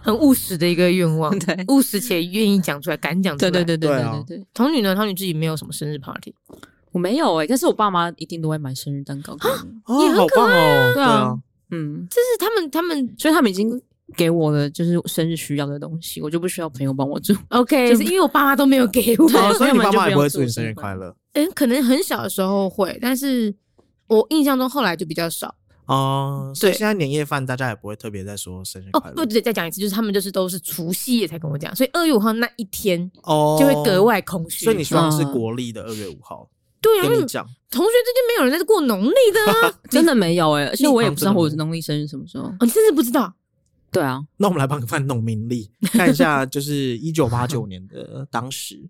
[SPEAKER 2] 很务实的一个愿 (laughs) 望，
[SPEAKER 1] 对
[SPEAKER 2] 务实且愿意讲出来，敢讲出
[SPEAKER 1] 对
[SPEAKER 2] 来。
[SPEAKER 1] 对对对
[SPEAKER 3] 对
[SPEAKER 1] 对
[SPEAKER 3] 啊
[SPEAKER 1] 对对，
[SPEAKER 2] 童女呢？童女自己没有什么生日 party，
[SPEAKER 1] 我没有哎，但是我爸妈一定都会买生日蛋糕给
[SPEAKER 3] (laughs)
[SPEAKER 1] 我。
[SPEAKER 3] 哦，好棒哦，对 (laughs)
[SPEAKER 1] 对啊
[SPEAKER 3] 啊，
[SPEAKER 1] 嗯，
[SPEAKER 2] 这是他们他们
[SPEAKER 1] 所以他们已经给我的就是生日需要的东西，我就不需要朋友帮
[SPEAKER 3] (laughs)
[SPEAKER 1] 我做。
[SPEAKER 2] OK，就是因为我爸妈都没有给 (laughs) 我。
[SPEAKER 1] 对
[SPEAKER 3] 哦，所以你
[SPEAKER 1] 朋友们
[SPEAKER 3] 爸
[SPEAKER 1] 就
[SPEAKER 3] 妈
[SPEAKER 1] 不
[SPEAKER 3] 也不
[SPEAKER 1] 用
[SPEAKER 3] 会祝
[SPEAKER 1] 祝
[SPEAKER 3] 你生
[SPEAKER 1] 生
[SPEAKER 3] 日
[SPEAKER 1] 日
[SPEAKER 3] 快
[SPEAKER 1] 快
[SPEAKER 3] 乐
[SPEAKER 2] 嗯，可能很小的时候会，但是我印象中后来就比较少。
[SPEAKER 3] 哦。所以
[SPEAKER 2] 对
[SPEAKER 3] 现在年夜饭大家也不会特别在说生日
[SPEAKER 2] 哦
[SPEAKER 3] 快，乐
[SPEAKER 2] 不对，再讲一次，就是他们就是都是除夕夜才跟我讲，所以二月五号那一天
[SPEAKER 3] 哦
[SPEAKER 2] 就会格。外空虚。
[SPEAKER 3] 所以你希望是
[SPEAKER 1] 嗯
[SPEAKER 3] 国历的二月五号
[SPEAKER 2] 对啊，因
[SPEAKER 3] 跟
[SPEAKER 2] 为
[SPEAKER 3] 你讲
[SPEAKER 2] 同学之间没有人在过农历的啊。
[SPEAKER 1] 真的没有哎，而且我也不知道
[SPEAKER 3] 你
[SPEAKER 1] 我农历生日什么时候。
[SPEAKER 2] 哦，你真是不知道。
[SPEAKER 1] 对啊，
[SPEAKER 3] (laughs) 那我们来帮你翻弄明历，看一
[SPEAKER 1] (laughs)
[SPEAKER 3] 下就是一九八九年的当时，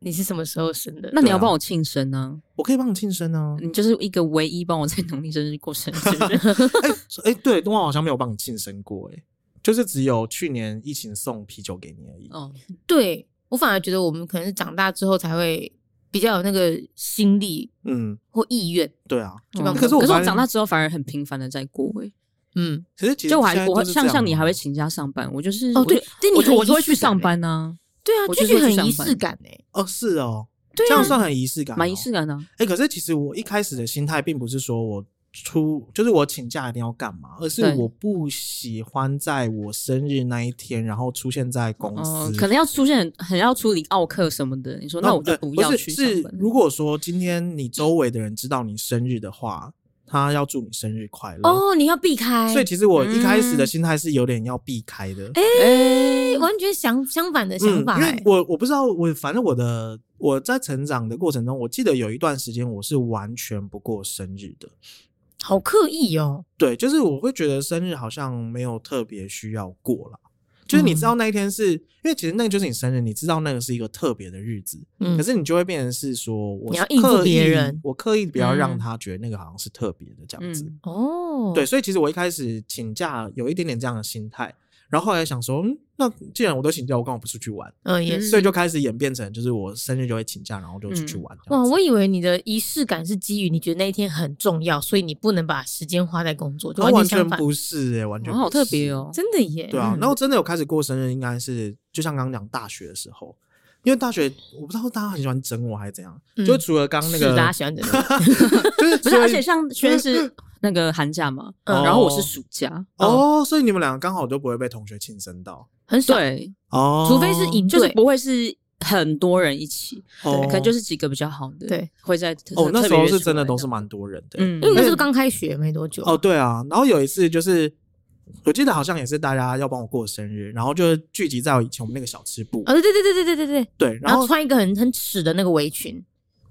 [SPEAKER 2] 你是什么时候生的？
[SPEAKER 1] 那你
[SPEAKER 3] 对
[SPEAKER 1] 要
[SPEAKER 3] 啊
[SPEAKER 1] 帮我庆生呢？
[SPEAKER 3] 我可以帮你庆生啊。
[SPEAKER 1] 你就是一个唯一帮我在农历生日过生日的人。
[SPEAKER 3] (laughs) 哎，对，东华好像没有帮你庆生过，哎，就是只有去年疫情送啤酒给你而已。
[SPEAKER 1] 哦，
[SPEAKER 2] 对我反而觉得我们可能是长大之后才会比较有那个心力
[SPEAKER 3] 嗯，
[SPEAKER 2] 或意愿。
[SPEAKER 3] 对啊。
[SPEAKER 2] 就帮忙
[SPEAKER 1] 嗯可
[SPEAKER 3] 可
[SPEAKER 1] 是
[SPEAKER 3] 是我
[SPEAKER 1] 我
[SPEAKER 3] 发现
[SPEAKER 1] 长大之后反而很频繁的在过哎，
[SPEAKER 2] 嗯，
[SPEAKER 3] 可是其实
[SPEAKER 1] 就我还
[SPEAKER 3] 现在都
[SPEAKER 1] 我会
[SPEAKER 3] 是
[SPEAKER 1] 像
[SPEAKER 3] 这样
[SPEAKER 1] 像你还会
[SPEAKER 3] 啊
[SPEAKER 1] 请假上班，我就是
[SPEAKER 2] 哦对
[SPEAKER 1] 我就
[SPEAKER 2] 对你
[SPEAKER 1] 我就
[SPEAKER 2] 很
[SPEAKER 1] 我就会
[SPEAKER 2] 仪式
[SPEAKER 1] 去上
[SPEAKER 2] 感欸
[SPEAKER 1] 班呢，
[SPEAKER 2] 对啊，
[SPEAKER 1] 我
[SPEAKER 2] 就
[SPEAKER 1] 就是是会去
[SPEAKER 2] 很
[SPEAKER 1] 上
[SPEAKER 2] 仪式
[SPEAKER 1] 班嗯
[SPEAKER 2] 感哎、
[SPEAKER 3] 哦，是哦，
[SPEAKER 2] 对
[SPEAKER 3] 这样
[SPEAKER 2] 啊，
[SPEAKER 3] 算很仪式感哦，
[SPEAKER 1] 蛮仪式感的啊。
[SPEAKER 3] 哎、可是其实我一开始的心态并不是说我出就是我请假一定要干嘛，而是
[SPEAKER 1] 对
[SPEAKER 3] 我不喜欢在我生日那一天，然后出现在公司。
[SPEAKER 1] 哦，可能要出现很很要处理奥克什么的，你说
[SPEAKER 3] 那
[SPEAKER 1] 那我就
[SPEAKER 3] 呃
[SPEAKER 1] 不
[SPEAKER 3] 是
[SPEAKER 1] 要去
[SPEAKER 3] 是
[SPEAKER 1] 上班，
[SPEAKER 3] 如果说今天你周围的人知道你生日的话，他要祝你生日快乐。
[SPEAKER 2] 哦，你要避开，
[SPEAKER 3] 所以其实我一开始的
[SPEAKER 1] 嗯
[SPEAKER 3] 心态是有点要避开的。嗯
[SPEAKER 2] 哎、完全相相反的
[SPEAKER 1] 嗯
[SPEAKER 2] 想法、
[SPEAKER 3] 因
[SPEAKER 2] 欸
[SPEAKER 3] 为我我不知道，我反正我的我在成长的过程中，我记得有一段时间我是完全不过生日的。
[SPEAKER 2] 好刻意哦。
[SPEAKER 3] 对，就是我会觉得生日好像没有特别需要过啦。就是你知道那一天是、因为其实那个就是你生日，你知道那个是一个特别的日子，
[SPEAKER 2] 嗯
[SPEAKER 3] 可，是你就会变成是说我
[SPEAKER 2] 你要
[SPEAKER 3] 刻
[SPEAKER 2] 应付别
[SPEAKER 3] 意
[SPEAKER 2] 人
[SPEAKER 3] 我刻意不要让
[SPEAKER 1] 嗯
[SPEAKER 3] 他觉得那个好像是特别的这样子。
[SPEAKER 1] 嗯，
[SPEAKER 2] 哦，
[SPEAKER 3] 对，，所以其实我一开始请假有一点点这样的心态，然后后来想说，嗯，那既然我都请假，我干嘛不出去玩？
[SPEAKER 2] 嗯、也
[SPEAKER 1] 嗯
[SPEAKER 2] 是。
[SPEAKER 3] 所以就开始演变成就是我生日就会请假，然后就出去
[SPEAKER 1] 嗯
[SPEAKER 3] 玩这
[SPEAKER 2] 哇，
[SPEAKER 3] 样子。
[SPEAKER 2] 我以为你的仪式感是基于你觉得那一天很重要，所以你不能把时间花在工作，就
[SPEAKER 3] 可完
[SPEAKER 2] 完
[SPEAKER 3] 全
[SPEAKER 2] 相反。
[SPEAKER 3] 不是哎、完全
[SPEAKER 1] 哇好
[SPEAKER 3] 不
[SPEAKER 1] 特
[SPEAKER 3] 是
[SPEAKER 1] 别哦。
[SPEAKER 2] 真的耶，
[SPEAKER 3] 对啊，
[SPEAKER 1] 嗯
[SPEAKER 3] 然后真的有开始过生日，应该是就像刚刚讲大学的时候，因为大学我不知道大家很喜欢整我还是怎样，
[SPEAKER 2] 嗯
[SPEAKER 3] (laughs) 就除了刚刚那
[SPEAKER 2] 是
[SPEAKER 3] 个
[SPEAKER 2] 大家喜欢的。
[SPEAKER 3] 就是
[SPEAKER 1] 不
[SPEAKER 3] 除
[SPEAKER 1] 是，
[SPEAKER 3] 了
[SPEAKER 2] 嗯
[SPEAKER 1] 而且像轩是那个寒假嘛，
[SPEAKER 3] 嗯
[SPEAKER 1] 然后我是暑假，嗯
[SPEAKER 3] 哦，所以你们两个刚好都不会被同学庆生到
[SPEAKER 2] 很少，
[SPEAKER 1] 对，
[SPEAKER 3] 哦，
[SPEAKER 2] 除非是营
[SPEAKER 1] 嗯就是
[SPEAKER 2] 队。
[SPEAKER 1] 不会是很多人一起，
[SPEAKER 3] 哦，
[SPEAKER 1] 可能就是几个比较好的，
[SPEAKER 2] 对，
[SPEAKER 1] 会在特
[SPEAKER 3] 哦，那时
[SPEAKER 1] 特别
[SPEAKER 3] 候
[SPEAKER 1] 约
[SPEAKER 3] 是
[SPEAKER 1] 出
[SPEAKER 3] 真的
[SPEAKER 1] 来
[SPEAKER 3] 都是蛮多人的，
[SPEAKER 1] 嗯
[SPEAKER 2] 因为那时候刚开学没多久，
[SPEAKER 3] 哦，对啊，然后有一次就是，我记得好像也是大家要帮我过生日，然后就聚集在以前我们那个小吃部，
[SPEAKER 1] 嗯
[SPEAKER 2] 哦，对对对对对对对对，
[SPEAKER 3] 对，
[SPEAKER 2] 然
[SPEAKER 3] 然
[SPEAKER 2] 后
[SPEAKER 3] 后
[SPEAKER 2] 穿一个很很耻的那个围裙，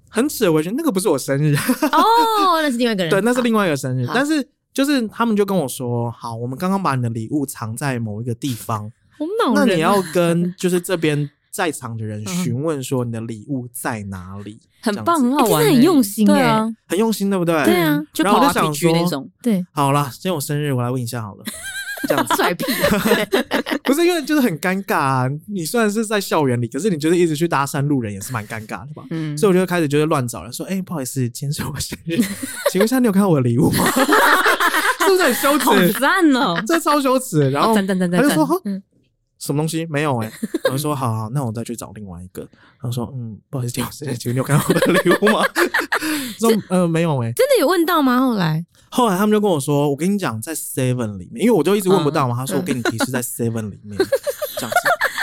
[SPEAKER 3] 很耻的围裙，那个不是我生日，
[SPEAKER 2] 哦，那是另外一个人，
[SPEAKER 3] 对，那是另外一个生日
[SPEAKER 2] 好，
[SPEAKER 3] 但是就是他们就跟我说，好，我们刚刚把你的礼物藏在某一个地方，
[SPEAKER 2] 好恼
[SPEAKER 3] 那
[SPEAKER 2] 人啊嗯
[SPEAKER 3] 你要
[SPEAKER 2] (laughs)
[SPEAKER 3] 跟就是这边。在场的人询问说你的礼物在哪里，
[SPEAKER 1] 很
[SPEAKER 3] 这样
[SPEAKER 1] 棒，
[SPEAKER 3] 子
[SPEAKER 1] 很好
[SPEAKER 2] 欸真的
[SPEAKER 1] 玩欸，嗯
[SPEAKER 2] 很用心
[SPEAKER 1] 对
[SPEAKER 2] 欸
[SPEAKER 1] 啊，
[SPEAKER 3] 很用心，对不对？
[SPEAKER 2] 对啊，
[SPEAKER 1] 就
[SPEAKER 3] 然
[SPEAKER 1] 跑
[SPEAKER 3] 后我就
[SPEAKER 1] R
[SPEAKER 3] 想
[SPEAKER 1] P
[SPEAKER 3] 说
[SPEAKER 1] 区那种，
[SPEAKER 2] 对，
[SPEAKER 3] 好啦，今天我生日，我来问一下好
[SPEAKER 2] (laughs)
[SPEAKER 3] 了，这样子。
[SPEAKER 2] 甩屁，
[SPEAKER 3] (laughs) 不是因为就是很尴尬、啊，你虽然是在校园里，可是你就是一直去搭讪路人，也是蛮尴尬的吧？
[SPEAKER 1] 嗯，
[SPEAKER 3] 所以我就开始就是乱找人说，哎、不好意思，今天是我生日， (laughs) 请问一下你有看到我的礼物吗？ (laughs) 是不是很羞
[SPEAKER 1] 好
[SPEAKER 3] 耻？
[SPEAKER 1] 赞
[SPEAKER 3] (laughs)
[SPEAKER 1] 哦， (laughs)
[SPEAKER 3] 这超羞耻。然后
[SPEAKER 1] 赞赞赞
[SPEAKER 3] 他
[SPEAKER 1] 赞
[SPEAKER 3] 就说
[SPEAKER 1] 赞，
[SPEAKER 3] 哈
[SPEAKER 2] 嗯
[SPEAKER 3] 什么东西没有哎、我就说好好，那我再去找另外一个。然后说嗯，不好意思，今天我生日，请问你有看到我的礼物吗？ (laughs) 说呃没有哎、
[SPEAKER 2] 真的有问到吗？后来
[SPEAKER 3] 后来他们就跟我说：“我跟你讲，在 Seven 里面，因为我就一直问不到嘛。他说：“
[SPEAKER 2] 嗯
[SPEAKER 3] 我给你提示，
[SPEAKER 2] (laughs)
[SPEAKER 3] 在 Seven 里面这样子。”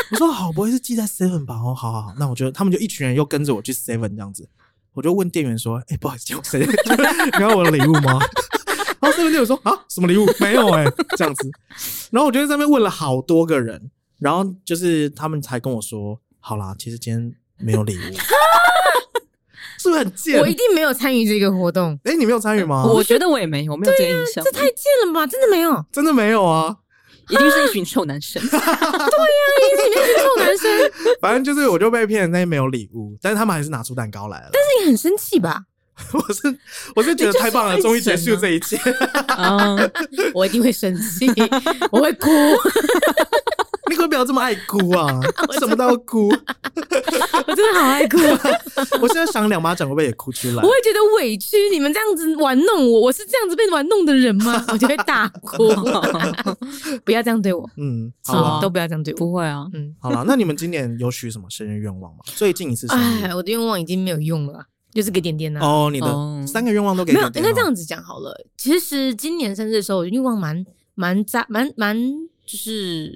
[SPEAKER 3] 我说：“好，不会是记在 Seven 吧？”哦，好好好，那我觉得他们就一群人又跟着我去 Seven 这样子。我就问店员说：“哎、不好意思，今天我 (laughs) 生日，你要我的礼物吗？” (laughs) 然后 Seven 店员说：“啊，什么礼物？没有哎、这样子。”然后我就在那边问了好多个人，然后就是他们才跟我说：“好啦，其实今天没有礼物。” (laughs) 是不是很贱？
[SPEAKER 2] 我一定没有参与这个活动，
[SPEAKER 3] 哎、你没有参与吗？
[SPEAKER 1] 我觉得我也没有，我没啊有这个印象，
[SPEAKER 2] 这太贱了吧？真的没有，啊，
[SPEAKER 3] 真的没有啊。
[SPEAKER 1] 一定是一群臭男 (laughs) 生，
[SPEAKER 2] 一直里面是臭男生，
[SPEAKER 3] 反正就是我就被骗，那些没有礼物，但是他们还是拿出蛋糕来了。 (laughs)
[SPEAKER 2] 那你很生气吧？
[SPEAKER 3] 我是我是觉得太棒了，
[SPEAKER 2] 你就是
[SPEAKER 3] 终
[SPEAKER 2] 会
[SPEAKER 3] 于结束这一切。 (laughs)
[SPEAKER 1] 嗯，
[SPEAKER 2] 我一定会生
[SPEAKER 1] (laughs)
[SPEAKER 2] 气，我会哭。
[SPEAKER 3] 你可不可以不要这么爱哭啊，什么都要哭。
[SPEAKER 2] 我真的好爱哭， (laughs) 我
[SPEAKER 3] 我现在想两巴掌，会不会也哭出来？
[SPEAKER 2] 会觉得委屈，你们这样子玩弄我，我是这样子被玩弄的人吗？我就会大哭，不要这样对我，
[SPEAKER 3] 嗯，好
[SPEAKER 1] 啊
[SPEAKER 2] 嗯
[SPEAKER 3] 了
[SPEAKER 2] 都不要这样对我。
[SPEAKER 1] 不会啊，
[SPEAKER 2] 嗯，
[SPEAKER 3] 好了，那你们今年有许什么生日愿望吗？最近一次生日
[SPEAKER 2] 哎，我的愿望已经没有用了，就是给点点啊。
[SPEAKER 3] 哦，你
[SPEAKER 1] 哦
[SPEAKER 3] 的三个愿望都给
[SPEAKER 2] 没有，
[SPEAKER 3] 点
[SPEAKER 2] 应
[SPEAKER 3] 点
[SPEAKER 2] 该这
[SPEAKER 3] 吗
[SPEAKER 2] 样子讲好了。其实今年生日的时候，我愿望蛮蛮扎蛮蛮就是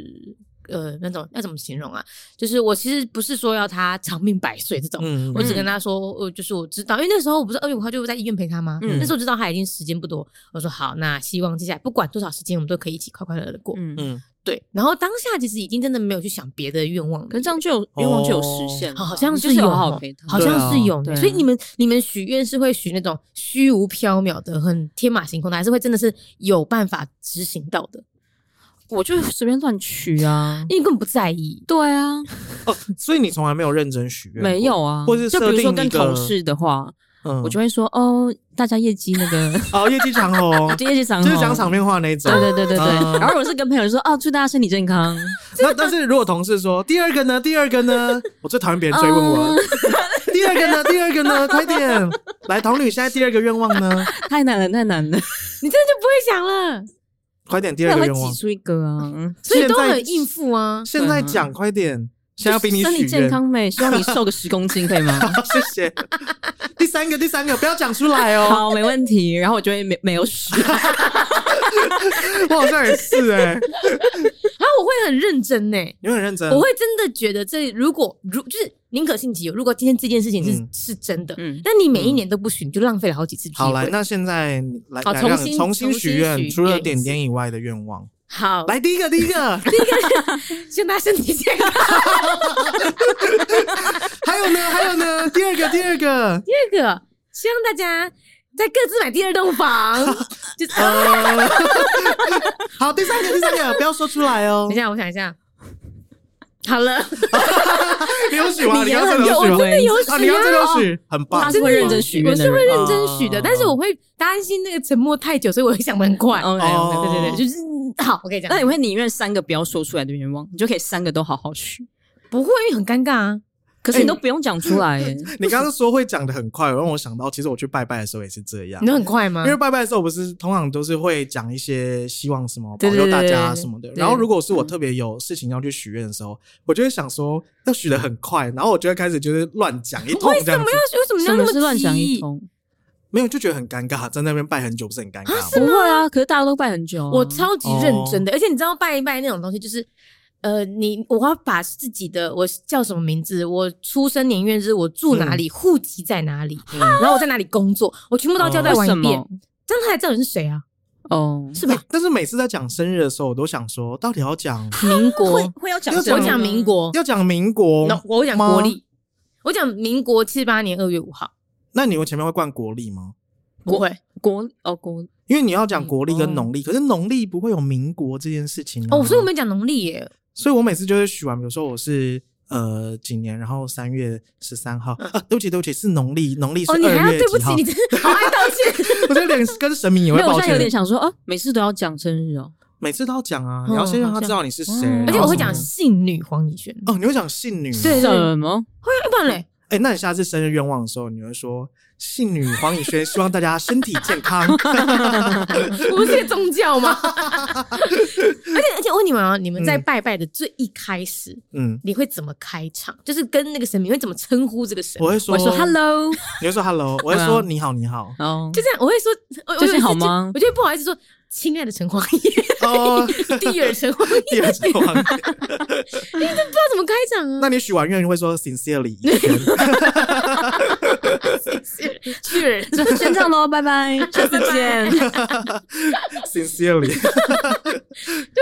[SPEAKER 2] 呃那种要怎么形容啊？就是我其实不是说要他长命百岁这种，
[SPEAKER 3] 嗯，
[SPEAKER 2] 我
[SPEAKER 3] 嗯
[SPEAKER 2] 只跟他说，呃，就是我知道，因为那时候我不是二月五号就在医院陪他吗？
[SPEAKER 1] 嗯
[SPEAKER 2] 那时候知道他已经时间不多，我说好，那希望接下来不管多少时间，我们都可以一起快快乐乐的过。
[SPEAKER 1] 嗯，
[SPEAKER 3] 嗯，
[SPEAKER 2] 对，然后当下其实已经真的没有去想别的愿望了
[SPEAKER 1] 可是这样就有愿望就
[SPEAKER 3] 哦
[SPEAKER 1] 有实现了吧，
[SPEAKER 2] 好像
[SPEAKER 1] 你就是
[SPEAKER 2] 有
[SPEAKER 1] 有
[SPEAKER 2] 哦，
[SPEAKER 1] 好好陪他，
[SPEAKER 2] 好像是有呢。
[SPEAKER 1] 对啊对啊
[SPEAKER 2] 所以你们你们许愿是会许那种虚无缥缈的、很天马行空的，还是会真的是有办法执行到的？
[SPEAKER 1] 我就随便乱取啊，
[SPEAKER 2] 因为根本不在意。
[SPEAKER 1] 对啊，
[SPEAKER 3] 哦，所以你从来没有认真许愿过，
[SPEAKER 1] 没有啊，
[SPEAKER 3] 或是
[SPEAKER 1] 就
[SPEAKER 3] 设
[SPEAKER 1] 比
[SPEAKER 3] 定
[SPEAKER 1] 如说
[SPEAKER 3] 一
[SPEAKER 1] 跟
[SPEAKER 3] 个
[SPEAKER 1] 同事的话，
[SPEAKER 3] 嗯，
[SPEAKER 1] 我就会说哦，大家业绩那个
[SPEAKER 3] (laughs) 哦，业绩长虹，
[SPEAKER 1] 业绩长
[SPEAKER 3] 就是讲
[SPEAKER 1] 虹
[SPEAKER 3] 场面话那一种
[SPEAKER 1] 哦对。对对对对
[SPEAKER 3] 啊，
[SPEAKER 1] 然后我是跟朋友说哦，祝大家身体健康，
[SPEAKER 3] 那但是如果同事说第二个呢，第二个
[SPEAKER 2] (laughs)
[SPEAKER 3] 呢，我最讨厌别人追问我
[SPEAKER 1] 嗯。
[SPEAKER 3] (laughs) 第二个呢，第二个呢，快点来，童女现在第二个愿望呢，
[SPEAKER 1] (laughs) 太难了太难了，
[SPEAKER 2] 你真的就不会想了，
[SPEAKER 3] 快点第
[SPEAKER 1] 那
[SPEAKER 3] 二
[SPEAKER 1] 我
[SPEAKER 3] 个
[SPEAKER 1] 会
[SPEAKER 3] 愿望
[SPEAKER 1] 挤，出一个啊，嗯
[SPEAKER 2] 所以都
[SPEAKER 3] 现在
[SPEAKER 2] 很应付啊。
[SPEAKER 3] 现在讲快点，现在要逼你
[SPEAKER 1] 身
[SPEAKER 3] 许
[SPEAKER 1] 体健
[SPEAKER 3] 愿。
[SPEAKER 1] 康妹，希望你瘦个十公斤可以吗？
[SPEAKER 3] 好， (laughs) 谢谢。第三个，第三个，不要讲出来哦。
[SPEAKER 1] 好，没问题。然后我就会没没有屎，
[SPEAKER 3] 我好像也是哎，
[SPEAKER 2] 然后我会很认真呢、
[SPEAKER 3] 你很认真。
[SPEAKER 2] 我会真的觉得这如果如就是宁可信其有，如果今天这件事情是、
[SPEAKER 3] 嗯
[SPEAKER 2] 是真的，
[SPEAKER 1] 嗯
[SPEAKER 2] 那你每一年都不许，你就浪费了好几次机会。
[SPEAKER 3] 好来，那现在来
[SPEAKER 2] 好
[SPEAKER 3] 来让
[SPEAKER 2] 重新
[SPEAKER 3] 重新
[SPEAKER 2] 重新
[SPEAKER 3] 许
[SPEAKER 2] 许
[SPEAKER 3] 愿，除了
[SPEAKER 2] 愿一
[SPEAKER 3] 点
[SPEAKER 2] 次
[SPEAKER 3] 点以外的愿望。
[SPEAKER 2] 好，
[SPEAKER 3] 来，第一个，第一个，
[SPEAKER 2] (laughs) 希望大家身体健康。
[SPEAKER 3] 还有呢，还有呢，第二个，第二个。
[SPEAKER 2] 这个希望大家在各自买第二栋房，就是。
[SPEAKER 3] 呃， (laughs) 好，第三个，第三个，不要说出来哦
[SPEAKER 2] 等一。下，我想一下。好了，
[SPEAKER 3] 你有许吗？
[SPEAKER 1] 你
[SPEAKER 3] 你刚
[SPEAKER 1] 也
[SPEAKER 3] 才
[SPEAKER 1] 很
[SPEAKER 3] 有
[SPEAKER 1] 有
[SPEAKER 3] 许吗？
[SPEAKER 1] 真的
[SPEAKER 2] 有许
[SPEAKER 3] 啊！你刚才有
[SPEAKER 2] 啊
[SPEAKER 3] 许，很
[SPEAKER 1] 他
[SPEAKER 3] 棒
[SPEAKER 1] 是。会认真许
[SPEAKER 2] 我
[SPEAKER 1] 愿的
[SPEAKER 2] 是会
[SPEAKER 1] 人。
[SPEAKER 2] 认真许的，
[SPEAKER 3] 哦
[SPEAKER 2] 但是我会担心那个沉默太久，所以我会想的很快。
[SPEAKER 1] OK，
[SPEAKER 3] 哦
[SPEAKER 2] 对对对，就是嗯好，我跟你讲
[SPEAKER 1] 那，你会宁愿三个不要说出来的愿望，你就可以三个都好好许，
[SPEAKER 2] 不会，因为很尴尬啊。
[SPEAKER 1] 可是你都不用讲出来耶。
[SPEAKER 3] 你刚刚说会讲的很快，让我想到，其实我去拜拜的时候也是这样
[SPEAKER 2] 你。都很快吗
[SPEAKER 3] 因？为拜拜的时候，不是通常都是会讲一些希望什么保
[SPEAKER 2] 对对
[SPEAKER 3] 佑大
[SPEAKER 2] 对对
[SPEAKER 3] 家啊
[SPEAKER 2] 对
[SPEAKER 3] 什么的。
[SPEAKER 2] 对
[SPEAKER 3] 然后如果是我特别有事情要去许愿的时候，我就会想说要许的很快，然后我就会开始就是乱讲一通
[SPEAKER 2] 为
[SPEAKER 3] 这
[SPEAKER 2] 什
[SPEAKER 3] 样
[SPEAKER 2] 么
[SPEAKER 3] 子。
[SPEAKER 2] 要为什么
[SPEAKER 1] 什
[SPEAKER 2] 要那
[SPEAKER 1] 么
[SPEAKER 2] 么
[SPEAKER 1] 是乱讲一
[SPEAKER 2] 急？
[SPEAKER 1] 通？
[SPEAKER 3] 没有就觉得很尴尬，在那边拜很久不是很尴尬
[SPEAKER 1] 不
[SPEAKER 3] 吗？
[SPEAKER 1] 会啊，可是大家都拜很久啊、
[SPEAKER 2] 我超级认
[SPEAKER 3] 哦
[SPEAKER 2] 真的，而且你知道拜一拜那种东西，就是呃，你我要把自己的我叫什么名字，我出生年月日，我住哪里，户籍在哪里，
[SPEAKER 3] 嗯
[SPEAKER 2] 然后我在哪里工作，我全部都要交代
[SPEAKER 1] 为
[SPEAKER 2] 完
[SPEAKER 1] 什
[SPEAKER 2] 一遍
[SPEAKER 1] 么，？
[SPEAKER 2] 这样他才知道你是谁啊，
[SPEAKER 1] 哦，
[SPEAKER 2] 是
[SPEAKER 3] (laughs)
[SPEAKER 2] 吧？
[SPEAKER 3] 欸但是每次在讲生日的时候，我都想说，到底要讲
[SPEAKER 2] 民国，
[SPEAKER 1] 会会要讲
[SPEAKER 3] 要
[SPEAKER 1] 什么
[SPEAKER 2] 我
[SPEAKER 1] 呢
[SPEAKER 2] 讲民，国，
[SPEAKER 3] 要讲民国
[SPEAKER 2] no，我讲
[SPEAKER 3] 吗
[SPEAKER 2] 国历，我讲民国七八年二月五号，
[SPEAKER 3] 那你们前面会冠国历吗？
[SPEAKER 2] 不会
[SPEAKER 1] 国哦国
[SPEAKER 3] 因为你要讲国历跟
[SPEAKER 1] 嗯哦
[SPEAKER 3] 农历，可是农历不会有民国这件事情、啊、
[SPEAKER 2] 哦，所以我没有讲农历耶，
[SPEAKER 3] 所以我每次就会许完，比如说我是呃几年，然后三月十三号啊，对不起对不起，是农历农历是
[SPEAKER 2] 嗯哦，
[SPEAKER 3] 二
[SPEAKER 2] 你还要
[SPEAKER 3] 月
[SPEAKER 2] 对不
[SPEAKER 3] 几
[SPEAKER 2] 起
[SPEAKER 3] 号，？
[SPEAKER 2] 你真的 (laughs) 好哎爱道歉。
[SPEAKER 3] (laughs) 我就连跟神明也
[SPEAKER 1] 没
[SPEAKER 2] (laughs)
[SPEAKER 3] 会
[SPEAKER 1] 有，我
[SPEAKER 3] 抱
[SPEAKER 1] 现在有点
[SPEAKER 3] 歉，
[SPEAKER 1] 想说啊，每次都要讲生日哦，
[SPEAKER 3] 每次都要讲啊，
[SPEAKER 2] 嗯
[SPEAKER 3] 你要先让
[SPEAKER 2] 好
[SPEAKER 3] 他
[SPEAKER 2] 像
[SPEAKER 3] 知道你是谁
[SPEAKER 1] 嗯，
[SPEAKER 2] 而且我会讲
[SPEAKER 3] 然后什
[SPEAKER 2] 信女黄以轩，
[SPEAKER 3] 么的哦，你会讲信女，
[SPEAKER 2] 对
[SPEAKER 1] 什么？
[SPEAKER 2] 会啊不然嘞，
[SPEAKER 3] 哎，那你下次生日愿望的时候，你会说信女黄以轩，希望大家身体健康，
[SPEAKER 2] 我们是一个宗教吗？而且而且我问你们啊，你们在拜拜的最一开始， (laughs)
[SPEAKER 3] 嗯，
[SPEAKER 2] 你会怎么开场？就是跟那个神明会怎么称呼这个神？
[SPEAKER 3] 我会说
[SPEAKER 1] 我说 hello，
[SPEAKER 3] 你会说 hello，我会
[SPEAKER 1] 对啊
[SPEAKER 3] 说你好你好，
[SPEAKER 1] 哦，
[SPEAKER 2] 就这样，我会说，我
[SPEAKER 1] 最近好吗
[SPEAKER 2] 我就会不好意思说，亲爱的陈黄爷，
[SPEAKER 3] 哦，
[SPEAKER 2] (laughs) 第二陈黄爷，不知
[SPEAKER 3] 第二次王，
[SPEAKER 2] 道怎么开场
[SPEAKER 3] (laughs)
[SPEAKER 2] 啊
[SPEAKER 3] 那。你许完愿会说 sincerely 以轩
[SPEAKER 2] 啊
[SPEAKER 3] (laughs)
[SPEAKER 2] 是是，
[SPEAKER 1] (laughs) 就先这样喽，拜拜，下次见。
[SPEAKER 3] sincerely。
[SPEAKER 2] 就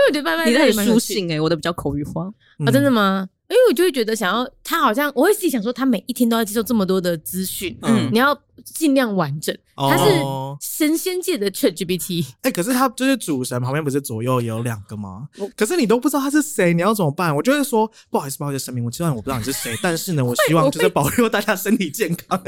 [SPEAKER 2] 我觉得拜拜
[SPEAKER 1] 你的
[SPEAKER 2] 真
[SPEAKER 1] 很
[SPEAKER 2] 的蛮有
[SPEAKER 1] 书
[SPEAKER 2] 趣的
[SPEAKER 1] 信哎、我的比较口语化。
[SPEAKER 2] 啊，真的
[SPEAKER 3] 吗？
[SPEAKER 2] 吗？因为我就会觉得想要他好像，我会自己想说，他每一天都要接受这么多的资讯，
[SPEAKER 3] 嗯
[SPEAKER 2] 你要尽量完整。他是
[SPEAKER 3] 哦
[SPEAKER 2] 神仙界的 ChatGPT，
[SPEAKER 3] 哎、可是他就是主神旁边不是左右有两个吗
[SPEAKER 1] 我？
[SPEAKER 3] 可是你都不知道他是谁，你要怎么办？我就会说不好意思，不好意思，神明，我虽然我不知道你是谁，但是呢，我希望就是保佑大家身体健康。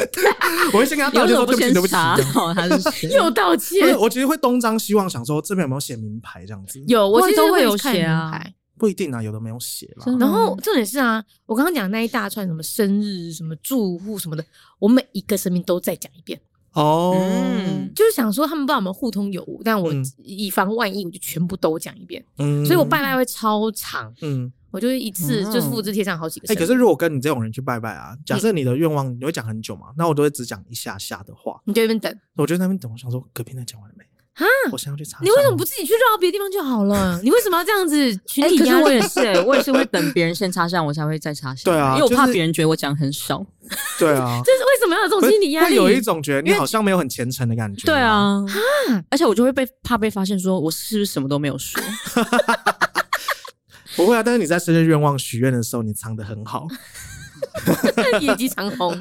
[SPEAKER 3] 我会先跟他道
[SPEAKER 1] 有
[SPEAKER 3] 歉说
[SPEAKER 1] 种
[SPEAKER 3] 对不起，
[SPEAKER 1] 先
[SPEAKER 3] 对不起。
[SPEAKER 1] 查 (laughs) 好他是谁？
[SPEAKER 2] 又道
[SPEAKER 3] 不是，
[SPEAKER 2] 歉。
[SPEAKER 3] 我其实会东张西望，想说这边有没有写名牌这样子，
[SPEAKER 2] 有，我
[SPEAKER 1] 会
[SPEAKER 2] 其实
[SPEAKER 1] 都会
[SPEAKER 2] 会
[SPEAKER 1] 有
[SPEAKER 2] 看
[SPEAKER 1] 写啊
[SPEAKER 2] 名
[SPEAKER 1] 嗯
[SPEAKER 2] 牌
[SPEAKER 3] 不一定啊，有的没有写啦
[SPEAKER 1] 真。的
[SPEAKER 2] 然后重点是啊，我刚刚讲那一大串什么生日、什么住户什么的，我每一个神明都再讲一遍，
[SPEAKER 3] 哦，
[SPEAKER 1] 嗯
[SPEAKER 2] 就是想说他们不知道我们互通有无，但我
[SPEAKER 3] 嗯
[SPEAKER 2] 以防万一，我就全部都讲一遍。
[SPEAKER 3] 嗯
[SPEAKER 2] 所以我拜，拜会超长，
[SPEAKER 3] 嗯，
[SPEAKER 2] 我就一次就是
[SPEAKER 1] 嗯
[SPEAKER 2] 复制贴上好几个
[SPEAKER 3] 哎、
[SPEAKER 2] 神
[SPEAKER 3] 可
[SPEAKER 2] 明。
[SPEAKER 3] 是如果跟你这种人去拜拜啊，假设
[SPEAKER 2] 嗯
[SPEAKER 3] 你的愿望你会讲很久嘛，那我都会只讲一下下的话，
[SPEAKER 2] 你就在那边等。
[SPEAKER 3] 我就在那边等，我想说隔壁那讲完了没？
[SPEAKER 2] 啊，
[SPEAKER 3] 我现在要去查一下。
[SPEAKER 2] 你为什么不自己去绕别的地方就
[SPEAKER 3] (laughs)
[SPEAKER 2] 好了？你为什么要这样子群
[SPEAKER 1] 哎、
[SPEAKER 2] 体
[SPEAKER 1] 可是
[SPEAKER 2] 压
[SPEAKER 1] 我
[SPEAKER 2] 力？
[SPEAKER 1] 也是、欸，我也是会等别人先插上，我才会再插上。
[SPEAKER 3] 对啊
[SPEAKER 1] 因为我怕
[SPEAKER 3] 就是
[SPEAKER 1] 别人觉得我讲很少。
[SPEAKER 3] 对啊，
[SPEAKER 2] 这是为什么要有 (laughs) 这种心理压
[SPEAKER 3] 会
[SPEAKER 2] 力？
[SPEAKER 3] 有
[SPEAKER 2] (laughs)
[SPEAKER 3] 一种觉得你
[SPEAKER 1] 因为
[SPEAKER 3] 好像没有很虔诚的感觉。
[SPEAKER 1] 对，啊，而且我就会被怕被发现，说我是不是什么都没有说？
[SPEAKER 3] 不会啊。但是你在生日愿望许愿的时候，你藏得很
[SPEAKER 2] (laughs)
[SPEAKER 3] 好。
[SPEAKER 2] 野鸡长
[SPEAKER 3] (laughs)
[SPEAKER 2] 虹，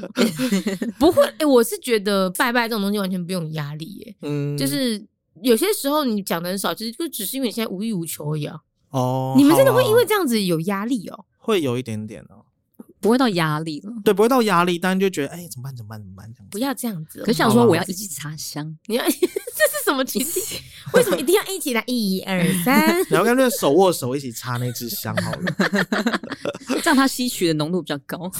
[SPEAKER 2] 不会。哎、我是觉得拜拜这种东西完全不用有压力耶、
[SPEAKER 3] 嗯，
[SPEAKER 2] 就是有些时候你讲的很少，其实就只是因为你现在无欲无求而已啊。
[SPEAKER 3] 哦，
[SPEAKER 2] 你们真的会因为
[SPEAKER 3] 好啦
[SPEAKER 2] 这样子有压力哦、
[SPEAKER 3] 会有一点点哦，
[SPEAKER 1] 不会到压力了。
[SPEAKER 3] 对，不会到压力，但就觉得哎，怎么办？怎么办？怎么办？这样
[SPEAKER 2] 不
[SPEAKER 3] 子。
[SPEAKER 2] 要这样子哦、
[SPEAKER 1] 可是想说我要一起插香，
[SPEAKER 2] 你要 (laughs) 这是什么群
[SPEAKER 3] (laughs)
[SPEAKER 2] 体？为什么一定要一起来？一二三，
[SPEAKER 3] 然后干脆手握手一起插那支香好
[SPEAKER 2] (laughs)
[SPEAKER 3] 了。
[SPEAKER 1] 这样它吸取的浓度比较高。
[SPEAKER 3] (laughs)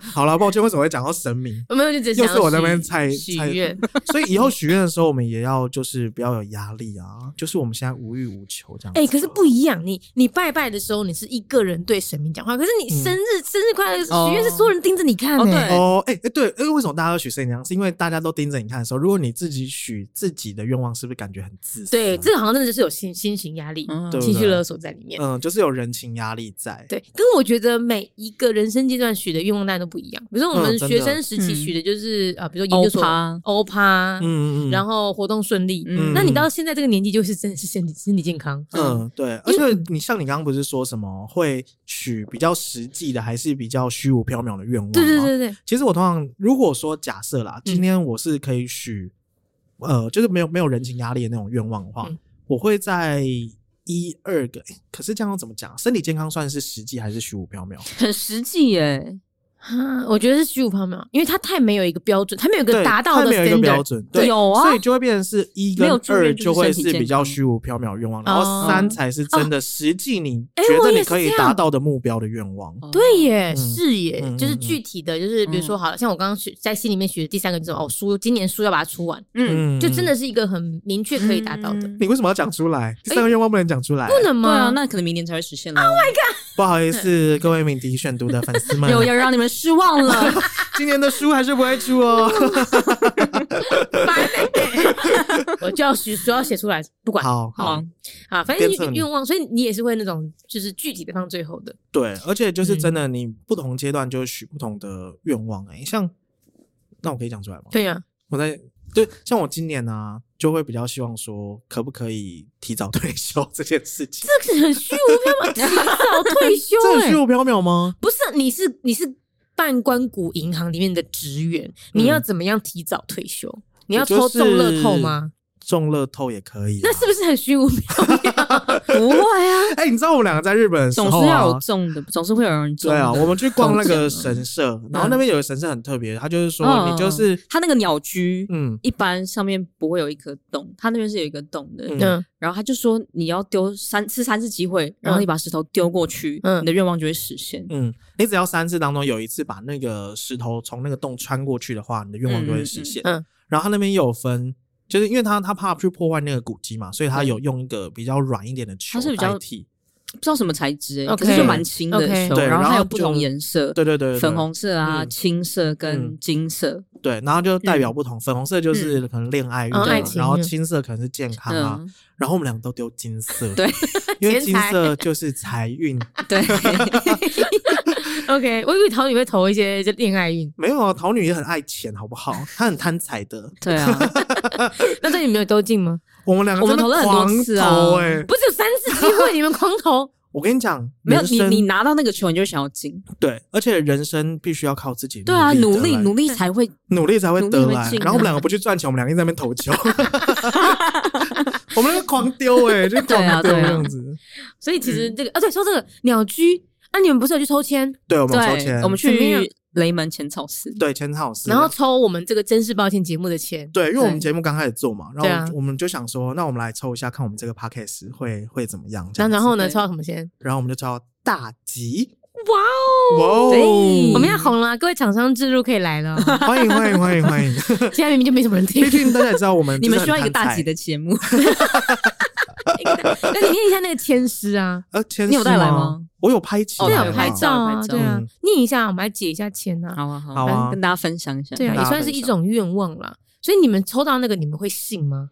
[SPEAKER 3] 好了，抱歉，为什么会讲到神明？
[SPEAKER 2] 没有就只
[SPEAKER 3] 又
[SPEAKER 2] 想
[SPEAKER 3] 是我在那边
[SPEAKER 2] 猜
[SPEAKER 3] 猜
[SPEAKER 2] 许
[SPEAKER 3] 猜
[SPEAKER 2] 愿。
[SPEAKER 3] 所以以后许愿的时候，我们也要就是不要有压力啊，就是我们现在无欲无求这样子。
[SPEAKER 2] 哎、可是不一样，你你拜拜的时候，你是一个人对神明讲话，可是你
[SPEAKER 3] 嗯
[SPEAKER 2] 生日、生日快乐
[SPEAKER 1] 哦
[SPEAKER 2] 许愿是所有人盯着你看、欸
[SPEAKER 1] 哦对
[SPEAKER 3] 哦，哎、哎、对，哎、为什么大家都许圣娘？是因为大家都盯着你看的时候，如果你自己许自己的愿望，是不是感觉很自私？啊
[SPEAKER 2] 对，这个好像真的就是有心心情压力、
[SPEAKER 1] 嗯
[SPEAKER 3] 对不
[SPEAKER 2] 情绪
[SPEAKER 3] 对
[SPEAKER 2] 勒索在里面。
[SPEAKER 3] 嗯，就是有人情压力在。
[SPEAKER 2] 对，跟我觉得每一个人生阶段许的愿望大家都不一样。比如说我们
[SPEAKER 3] 嗯真的
[SPEAKER 2] 学生时期
[SPEAKER 1] 嗯
[SPEAKER 2] 许的就是啊、呃比如说研究所
[SPEAKER 1] 欧趴
[SPEAKER 2] 欧趴，
[SPEAKER 3] 嗯嗯嗯，
[SPEAKER 2] 啊然后活动顺利。
[SPEAKER 1] 嗯
[SPEAKER 2] 那你到现在这个年纪，就是真的是身体身体健康。
[SPEAKER 3] 嗯对，而且你像你刚刚不是说什么会许比较实际的，还是比较虚无缥缈的愿望吗？
[SPEAKER 2] 对对对对，
[SPEAKER 3] 其实我通常如果说假设啦，今天我是可以许，呃，就是没有没有人情压力的那种愿望的话，
[SPEAKER 2] 嗯
[SPEAKER 3] 我会在一二个。诶可是这样要怎么讲？啊身体健康算是实际还是虚无缥缈？
[SPEAKER 1] 很实际耶、
[SPEAKER 2] 啊，我觉得是虚无缥缈，因为它太没有一个标准，它没有一个
[SPEAKER 3] 对
[SPEAKER 2] 达到
[SPEAKER 3] 它
[SPEAKER 2] 的
[SPEAKER 3] 没有一个
[SPEAKER 2] standard。
[SPEAKER 3] 标准，对，
[SPEAKER 1] 有啊
[SPEAKER 3] 所以就会变成是一跟
[SPEAKER 1] 没有住
[SPEAKER 3] 二
[SPEAKER 1] 院
[SPEAKER 3] 就
[SPEAKER 1] 就是
[SPEAKER 3] 会
[SPEAKER 1] 身
[SPEAKER 3] 是
[SPEAKER 1] 体
[SPEAKER 3] 比
[SPEAKER 1] 健
[SPEAKER 3] 较
[SPEAKER 1] 康
[SPEAKER 3] 虚无缥缈的愿望，然后
[SPEAKER 2] 哦
[SPEAKER 3] 三才是真的实际你
[SPEAKER 2] 哎
[SPEAKER 3] 觉
[SPEAKER 2] 我
[SPEAKER 3] 得
[SPEAKER 2] 也
[SPEAKER 3] 你
[SPEAKER 2] 是
[SPEAKER 3] 可以
[SPEAKER 2] 这
[SPEAKER 3] 达
[SPEAKER 2] 样
[SPEAKER 3] 到的目标的愿望。
[SPEAKER 2] 对耶，
[SPEAKER 3] 嗯
[SPEAKER 2] 是耶，
[SPEAKER 3] 嗯
[SPEAKER 2] 就是
[SPEAKER 3] 嗯
[SPEAKER 2] 具体的，就是比如说，好了，像我刚刚学在心里面学的第三个就是哦，书今年书要把它出完，
[SPEAKER 1] 嗯，
[SPEAKER 3] 嗯
[SPEAKER 2] 就真的是一个很明确可以达到的，
[SPEAKER 1] 嗯
[SPEAKER 3] 你为什么要讲出来？第三个愿望不能讲出来，
[SPEAKER 2] 不能
[SPEAKER 1] 对啊，
[SPEAKER 2] 吗？
[SPEAKER 1] 那可能明年才会实现了。Oh my god！
[SPEAKER 3] 不好意思，各位敏迪选读的粉丝们，
[SPEAKER 1] 有要让你们失望了。
[SPEAKER 3] (laughs) 今年的书还是不会出哦。
[SPEAKER 2] (laughs) 我就要许，主要写出来，不管
[SPEAKER 3] 好
[SPEAKER 1] 好，
[SPEAKER 2] 啊，反
[SPEAKER 3] 鞭策
[SPEAKER 2] 正
[SPEAKER 3] 你
[SPEAKER 2] 愿望，所以你也是会那种就是具体的放最后的，
[SPEAKER 3] 对，而且就是真的，你不同阶段就许不同的愿望哎、像那我可以讲出来吗？
[SPEAKER 2] 对呀、
[SPEAKER 3] 我在对，像我今年呢、啊就会比较希望说，可不可以提早退休这件事
[SPEAKER 2] (laughs)
[SPEAKER 3] 情，
[SPEAKER 2] 这个很虚无缥缈，提早
[SPEAKER 3] (laughs)
[SPEAKER 2] 退休、
[SPEAKER 3] 这很
[SPEAKER 2] 哎
[SPEAKER 3] 虚无缥缈吗？
[SPEAKER 2] 不是，啊你是你是办关谷银行里面的职员，你要怎么样提早退休？你要
[SPEAKER 3] 嗯我就
[SPEAKER 2] 抽中乐透
[SPEAKER 3] 是 (laughs)
[SPEAKER 2] 吗？
[SPEAKER 3] 中乐透也可以、啊，
[SPEAKER 2] 那是不是很虚无缥缈？
[SPEAKER 1] 不会啊，
[SPEAKER 3] 哎、你知道我们两个在日本的时
[SPEAKER 1] 总
[SPEAKER 3] 候
[SPEAKER 1] 是要有
[SPEAKER 3] 啊，
[SPEAKER 1] 中的，总是会有人中
[SPEAKER 3] 对
[SPEAKER 1] 的。
[SPEAKER 3] 啊，我们去逛那个
[SPEAKER 1] 中奖
[SPEAKER 3] 神社，然后那边有个神社很特别，它就是说
[SPEAKER 1] 嗯
[SPEAKER 3] 你就是
[SPEAKER 1] 它那个鸟居，
[SPEAKER 3] 嗯
[SPEAKER 1] 一般上面不会有一颗洞，它那边是有一个洞的。
[SPEAKER 3] 嗯
[SPEAKER 2] 嗯
[SPEAKER 1] 然后他就说你要丢三是三次机会，然后你把石头丢过去，
[SPEAKER 2] 嗯
[SPEAKER 1] 你的愿望就会实现。
[SPEAKER 3] 嗯，你只要三次当中有一次把那个石头从那个洞穿过去的话，你的愿望就会实现。
[SPEAKER 2] 嗯嗯嗯
[SPEAKER 3] 然后它那边也有分，就是因为他他怕去破坏那个古迹嘛，所以他有用一个比较软一点的球
[SPEAKER 1] 它是比较
[SPEAKER 3] 代替。
[SPEAKER 1] 不知道什么材质、欸，
[SPEAKER 2] OK
[SPEAKER 1] 可是就蛮轻的
[SPEAKER 2] OK
[SPEAKER 1] 球，
[SPEAKER 3] 对
[SPEAKER 1] 然后
[SPEAKER 3] 然后
[SPEAKER 1] 还有不同
[SPEAKER 3] 就
[SPEAKER 1] 颜色，
[SPEAKER 3] 对对对对对
[SPEAKER 1] 粉红色啊、
[SPEAKER 3] 嗯
[SPEAKER 1] 青色跟
[SPEAKER 3] 嗯
[SPEAKER 1] 金色，
[SPEAKER 3] 对，然后就代
[SPEAKER 1] 嗯
[SPEAKER 3] 表不同，粉红色就是可能恋爱运动，
[SPEAKER 2] 嗯爱情
[SPEAKER 3] 然后青色可能是健康啊，
[SPEAKER 1] 嗯，
[SPEAKER 3] 然后我们两个都丢金色，
[SPEAKER 1] 对， (laughs)
[SPEAKER 3] 因为金
[SPEAKER 2] 钱财
[SPEAKER 3] 色就是财运。
[SPEAKER 1] 对， (laughs)
[SPEAKER 2] ，OK，我以为桃你会投一些就恋爱运，
[SPEAKER 3] 没有啊，桃女也很爱钱，好不好？她很贪财的。
[SPEAKER 1] 对
[SPEAKER 3] (laughs)
[SPEAKER 1] 啊，
[SPEAKER 2] 那这你没有都进吗？
[SPEAKER 3] 我们两个
[SPEAKER 1] 我
[SPEAKER 3] 真
[SPEAKER 1] 们
[SPEAKER 3] 的
[SPEAKER 1] 投了很多
[SPEAKER 3] 狂
[SPEAKER 1] 次啊
[SPEAKER 3] 投欸
[SPEAKER 2] 不是有三次机会，你们狂投，
[SPEAKER 3] 我跟你讲，
[SPEAKER 1] 没有
[SPEAKER 3] 人
[SPEAKER 1] 你
[SPEAKER 3] 生
[SPEAKER 1] 你拿到那个球，你就会想要进，
[SPEAKER 3] 对，而且人生必须要靠自己
[SPEAKER 1] 对啊，
[SPEAKER 3] 努
[SPEAKER 1] 努
[SPEAKER 3] 力
[SPEAKER 1] 力
[SPEAKER 3] 得来
[SPEAKER 1] 努力才会，
[SPEAKER 3] 努力才会得
[SPEAKER 1] 努力
[SPEAKER 3] 来
[SPEAKER 1] 会。进啊
[SPEAKER 3] 然后我们两个不去赚钱，我们两个一直在那边
[SPEAKER 1] (laughs)
[SPEAKER 3] 投球， (laughs) 我们那个狂丢
[SPEAKER 1] (laughs)
[SPEAKER 3] 哎、就
[SPEAKER 1] 对啊
[SPEAKER 3] 狂丢这
[SPEAKER 1] 对啊
[SPEAKER 3] 样子。
[SPEAKER 2] (laughs) 所以其实这个，啊，对，说这个鸟居，啊，你们不是有去抽签，
[SPEAKER 3] 对，我们有抽
[SPEAKER 1] 对
[SPEAKER 3] 签，，
[SPEAKER 1] 我们
[SPEAKER 2] 怎么样
[SPEAKER 1] 去雷门浅草寺，
[SPEAKER 3] 对签好事，
[SPEAKER 2] 然后抽我们这个真是抱歉节目的签，
[SPEAKER 3] 对，因为我们
[SPEAKER 1] 对
[SPEAKER 3] 节目刚开始做嘛，然后
[SPEAKER 2] 对
[SPEAKER 3] 我
[SPEAKER 2] 啊
[SPEAKER 3] 们就我们就想说，那我们来抽一下，看我们这个 podcast 会会怎么样。这
[SPEAKER 2] 然
[SPEAKER 3] 样子
[SPEAKER 2] 后然后呢，
[SPEAKER 1] 对
[SPEAKER 2] 抽到什么签？
[SPEAKER 3] 然后我们就抽到大吉，
[SPEAKER 2] 哇哦，
[SPEAKER 3] 哇哦！
[SPEAKER 1] 对
[SPEAKER 2] 我们要红了，各位厂商置入可以来 (laughs) 了哦，
[SPEAKER 3] 欢迎欢迎欢迎欢
[SPEAKER 1] (laughs)
[SPEAKER 3] 迎！
[SPEAKER 2] 现在明明就没什么 (laughs) 人听
[SPEAKER 3] 毕。竟大家也知道我们
[SPEAKER 1] 你们
[SPEAKER 3] 就是
[SPEAKER 1] 需要
[SPEAKER 3] 很
[SPEAKER 1] 一个大
[SPEAKER 3] 贪
[SPEAKER 1] 集
[SPEAKER 3] 财
[SPEAKER 1] 的节目，
[SPEAKER 2] 那你念一下那个签诗啊，
[SPEAKER 3] 呃，签
[SPEAKER 1] 你有
[SPEAKER 3] 诗
[SPEAKER 1] 带来吗？
[SPEAKER 3] 我有拍起
[SPEAKER 1] 哦
[SPEAKER 3] 来
[SPEAKER 2] 对
[SPEAKER 3] 嘛，
[SPEAKER 2] 啊，
[SPEAKER 1] 有
[SPEAKER 2] 有拍照啊，
[SPEAKER 1] 拍照
[SPEAKER 2] 对啊
[SPEAKER 3] 嗯，
[SPEAKER 2] 念一下，我们来解一下签啊，
[SPEAKER 1] 好啊
[SPEAKER 3] (laughs)
[SPEAKER 1] 好
[SPEAKER 3] 好啊
[SPEAKER 1] 跟大家分享一下，哎
[SPEAKER 2] 对啊，
[SPEAKER 3] 大
[SPEAKER 2] 也
[SPEAKER 3] 家
[SPEAKER 2] 算是
[SPEAKER 3] 分
[SPEAKER 2] 一
[SPEAKER 3] 享
[SPEAKER 2] 种愿望啦。所以你们抽到那个，你们会信吗？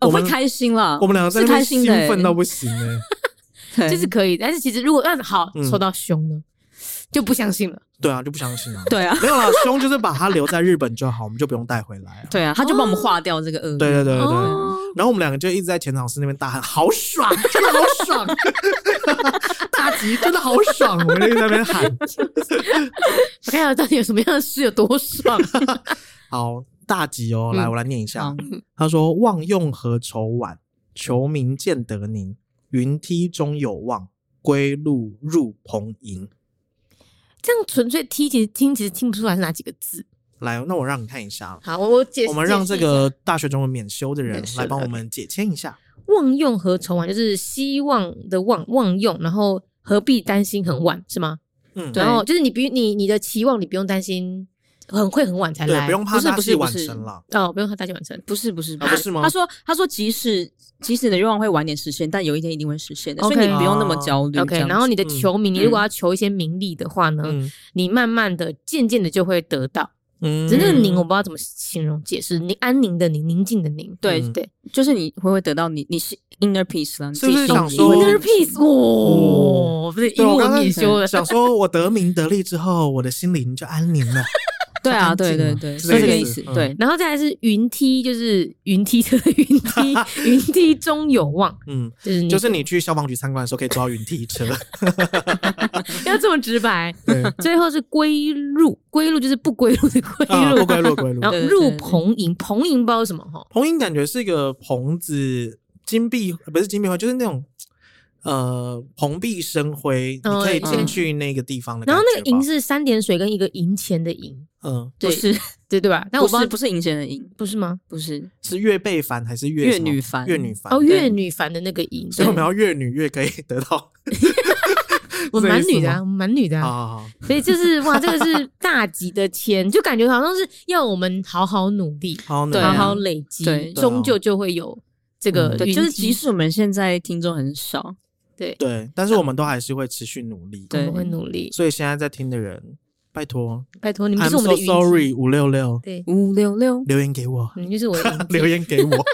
[SPEAKER 1] 哦，
[SPEAKER 3] 我
[SPEAKER 1] 会
[SPEAKER 3] 们
[SPEAKER 1] 开心啦，
[SPEAKER 3] 我们两个在
[SPEAKER 1] 是
[SPEAKER 3] 那
[SPEAKER 1] 开
[SPEAKER 3] 边
[SPEAKER 1] 心
[SPEAKER 3] 兴
[SPEAKER 1] 的欸，
[SPEAKER 3] 奋到不行
[SPEAKER 1] (laughs)
[SPEAKER 3] 哎、
[SPEAKER 1] 对
[SPEAKER 2] 这是可以，但是其实如果要好
[SPEAKER 3] 嗯
[SPEAKER 2] 抽到凶呢，就不相信了。
[SPEAKER 3] 对啊，就不相信啊。
[SPEAKER 1] 对啊
[SPEAKER 3] 没有啦，凶就是把它留在日本就好，我们就不用带回来啊。
[SPEAKER 1] 对啊，他就帮我们化掉这个恶，
[SPEAKER 3] 对对对对对。
[SPEAKER 2] 哦
[SPEAKER 3] 然后我们两个就一直在浅草寺那边大喊，好爽，真的好
[SPEAKER 1] (laughs)
[SPEAKER 3] 爽，大吉真的好爽，我们就一直在那边喊。
[SPEAKER 2] 我看看到底有什么样的事有
[SPEAKER 3] (laughs)
[SPEAKER 2] 多爽。
[SPEAKER 3] 好，大吉哦，来我来念一下。
[SPEAKER 1] 嗯好
[SPEAKER 3] 他说：“望用何愁晚，求名见得宁。云梯中有望，归路入蓬营。
[SPEAKER 2] 这样纯粹听，其实听其实听不出来是哪几个字。”
[SPEAKER 3] 来，那我让你看一下。啊
[SPEAKER 2] 好，我我解释，
[SPEAKER 3] 我们让这
[SPEAKER 2] 解释一
[SPEAKER 3] 个大学中文免修的人
[SPEAKER 1] 免修的
[SPEAKER 3] 来帮我们解签一下。
[SPEAKER 2] 下忘用何愁晚，就是希望的忘忘用，然后何必担心很晚是吗？
[SPEAKER 3] 嗯，
[SPEAKER 1] 对
[SPEAKER 2] 然后就是你不你你的期望，你不用担心很会很晚才来，
[SPEAKER 3] 不用怕
[SPEAKER 1] 不是
[SPEAKER 3] 大
[SPEAKER 1] 不是
[SPEAKER 3] 器
[SPEAKER 1] 不
[SPEAKER 3] 晚
[SPEAKER 1] 是
[SPEAKER 3] 成了。
[SPEAKER 2] 哦，不用怕大器晚成。
[SPEAKER 1] 不是不是
[SPEAKER 3] 啊不是吗
[SPEAKER 1] 他说他说即使即使你的愿望会晚点实现，但有一天一定会实现的，所
[SPEAKER 2] OK
[SPEAKER 1] 以你不用那么焦虑。
[SPEAKER 2] OK，
[SPEAKER 1] 这样子
[SPEAKER 2] 然后你的
[SPEAKER 3] 嗯
[SPEAKER 2] 求名，你如果要求一些名利的话呢，
[SPEAKER 3] 嗯
[SPEAKER 2] 你慢慢的、渐渐的就会得到。
[SPEAKER 3] 嗯
[SPEAKER 2] 只是那个宁，我不知道怎么形容解释，宁安宁的宁，宁静的宁。
[SPEAKER 1] 对
[SPEAKER 3] 嗯
[SPEAKER 2] 对
[SPEAKER 1] 就是你会不会得到你你是 inner peace 啦，你
[SPEAKER 3] 是
[SPEAKER 1] 自
[SPEAKER 3] 不
[SPEAKER 1] 己
[SPEAKER 3] 是
[SPEAKER 1] 心里
[SPEAKER 3] 想说
[SPEAKER 2] ，inner peace，哇，不是
[SPEAKER 3] 对
[SPEAKER 2] 因
[SPEAKER 3] 我
[SPEAKER 2] 我
[SPEAKER 3] 刚刚嗯
[SPEAKER 2] 免修了，
[SPEAKER 3] 想说，我得名得利之后，我的心灵就安宁
[SPEAKER 2] (laughs)
[SPEAKER 3] 了。
[SPEAKER 1] 对啊，
[SPEAKER 3] 安静
[SPEAKER 1] 对对
[SPEAKER 3] 了
[SPEAKER 1] 对，
[SPEAKER 3] 是
[SPEAKER 1] 是这
[SPEAKER 2] 这
[SPEAKER 1] 个
[SPEAKER 2] 个
[SPEAKER 1] 意
[SPEAKER 3] 意思
[SPEAKER 1] 思。
[SPEAKER 3] 嗯
[SPEAKER 1] 对，
[SPEAKER 2] 然后再来是云梯，就是云梯 (laughs) 车的云梯，云梯中有望，
[SPEAKER 3] 嗯，
[SPEAKER 2] 就是你
[SPEAKER 3] 就是你去消防局参观的时候可以抓云梯
[SPEAKER 2] (laughs)
[SPEAKER 3] 车。
[SPEAKER 2] 要这么直白。 (laughs)
[SPEAKER 3] 对，
[SPEAKER 2] 最后是归路，归路就是不归路的归
[SPEAKER 3] 啊，不
[SPEAKER 2] 路，
[SPEAKER 3] 归路，归路。
[SPEAKER 2] (laughs) 然后
[SPEAKER 1] 对对
[SPEAKER 2] 入
[SPEAKER 1] 对对
[SPEAKER 2] 蓬营，蓬营不知道是什么哈，
[SPEAKER 3] 彭英感觉是一个棚子金碧，呃不是金碧辉，就是那种呃蓬荜生辉，
[SPEAKER 2] 嗯
[SPEAKER 3] 你可以进
[SPEAKER 1] 嗯
[SPEAKER 3] 去那个地方的感觉
[SPEAKER 2] 然后
[SPEAKER 3] 吧。
[SPEAKER 2] 那个营是三点水跟一个银钱的银，
[SPEAKER 3] 嗯
[SPEAKER 1] 不
[SPEAKER 2] 对
[SPEAKER 1] 是，
[SPEAKER 2] 对对吧？但
[SPEAKER 1] 不
[SPEAKER 2] 我不知
[SPEAKER 1] 是
[SPEAKER 2] 道
[SPEAKER 1] 不是银钱的银，
[SPEAKER 2] 不是吗？
[SPEAKER 1] 不是
[SPEAKER 3] 是越被凡还是越
[SPEAKER 1] 越
[SPEAKER 3] 什么
[SPEAKER 1] 女凡
[SPEAKER 3] 越女凡
[SPEAKER 2] 哦，
[SPEAKER 3] 对
[SPEAKER 2] 越女凡的那个银，
[SPEAKER 3] 所以我们
[SPEAKER 2] 对
[SPEAKER 3] 要越女越可以得到。
[SPEAKER 2] (laughs) 我
[SPEAKER 3] 这个
[SPEAKER 2] 蛮
[SPEAKER 3] 意思
[SPEAKER 2] 女的啊，
[SPEAKER 3] 吗
[SPEAKER 2] 我蛮女的啊。
[SPEAKER 3] 好好好，
[SPEAKER 2] 所以就是哇，这个是大吉的钱，就感觉好像是要我们好好努力，
[SPEAKER 3] 好
[SPEAKER 1] 对
[SPEAKER 2] 好
[SPEAKER 1] 啊
[SPEAKER 3] 呢，
[SPEAKER 2] 好累积，
[SPEAKER 1] 对
[SPEAKER 3] 哦
[SPEAKER 2] 终究就会有这个
[SPEAKER 3] 嗯
[SPEAKER 2] 云梯，
[SPEAKER 1] 对，就是即使我们现在听众很少，
[SPEAKER 2] 对，
[SPEAKER 3] 对，但
[SPEAKER 2] 嗯
[SPEAKER 3] 是我们都还是会持续努力。
[SPEAKER 2] 我
[SPEAKER 1] 对
[SPEAKER 2] 们会努力，
[SPEAKER 3] 所以现在在听的人，拜托
[SPEAKER 2] 拜托你们
[SPEAKER 3] ，I'm
[SPEAKER 2] 就是我们
[SPEAKER 3] so
[SPEAKER 2] 的云梯
[SPEAKER 3] sorry 五六六
[SPEAKER 2] 对，
[SPEAKER 1] 五六六，
[SPEAKER 3] 留言给我，
[SPEAKER 2] 你们就是我
[SPEAKER 3] (laughs)
[SPEAKER 2] 的云梯
[SPEAKER 3] 留言
[SPEAKER 2] (laughs)
[SPEAKER 3] 给我，留
[SPEAKER 2] 哎，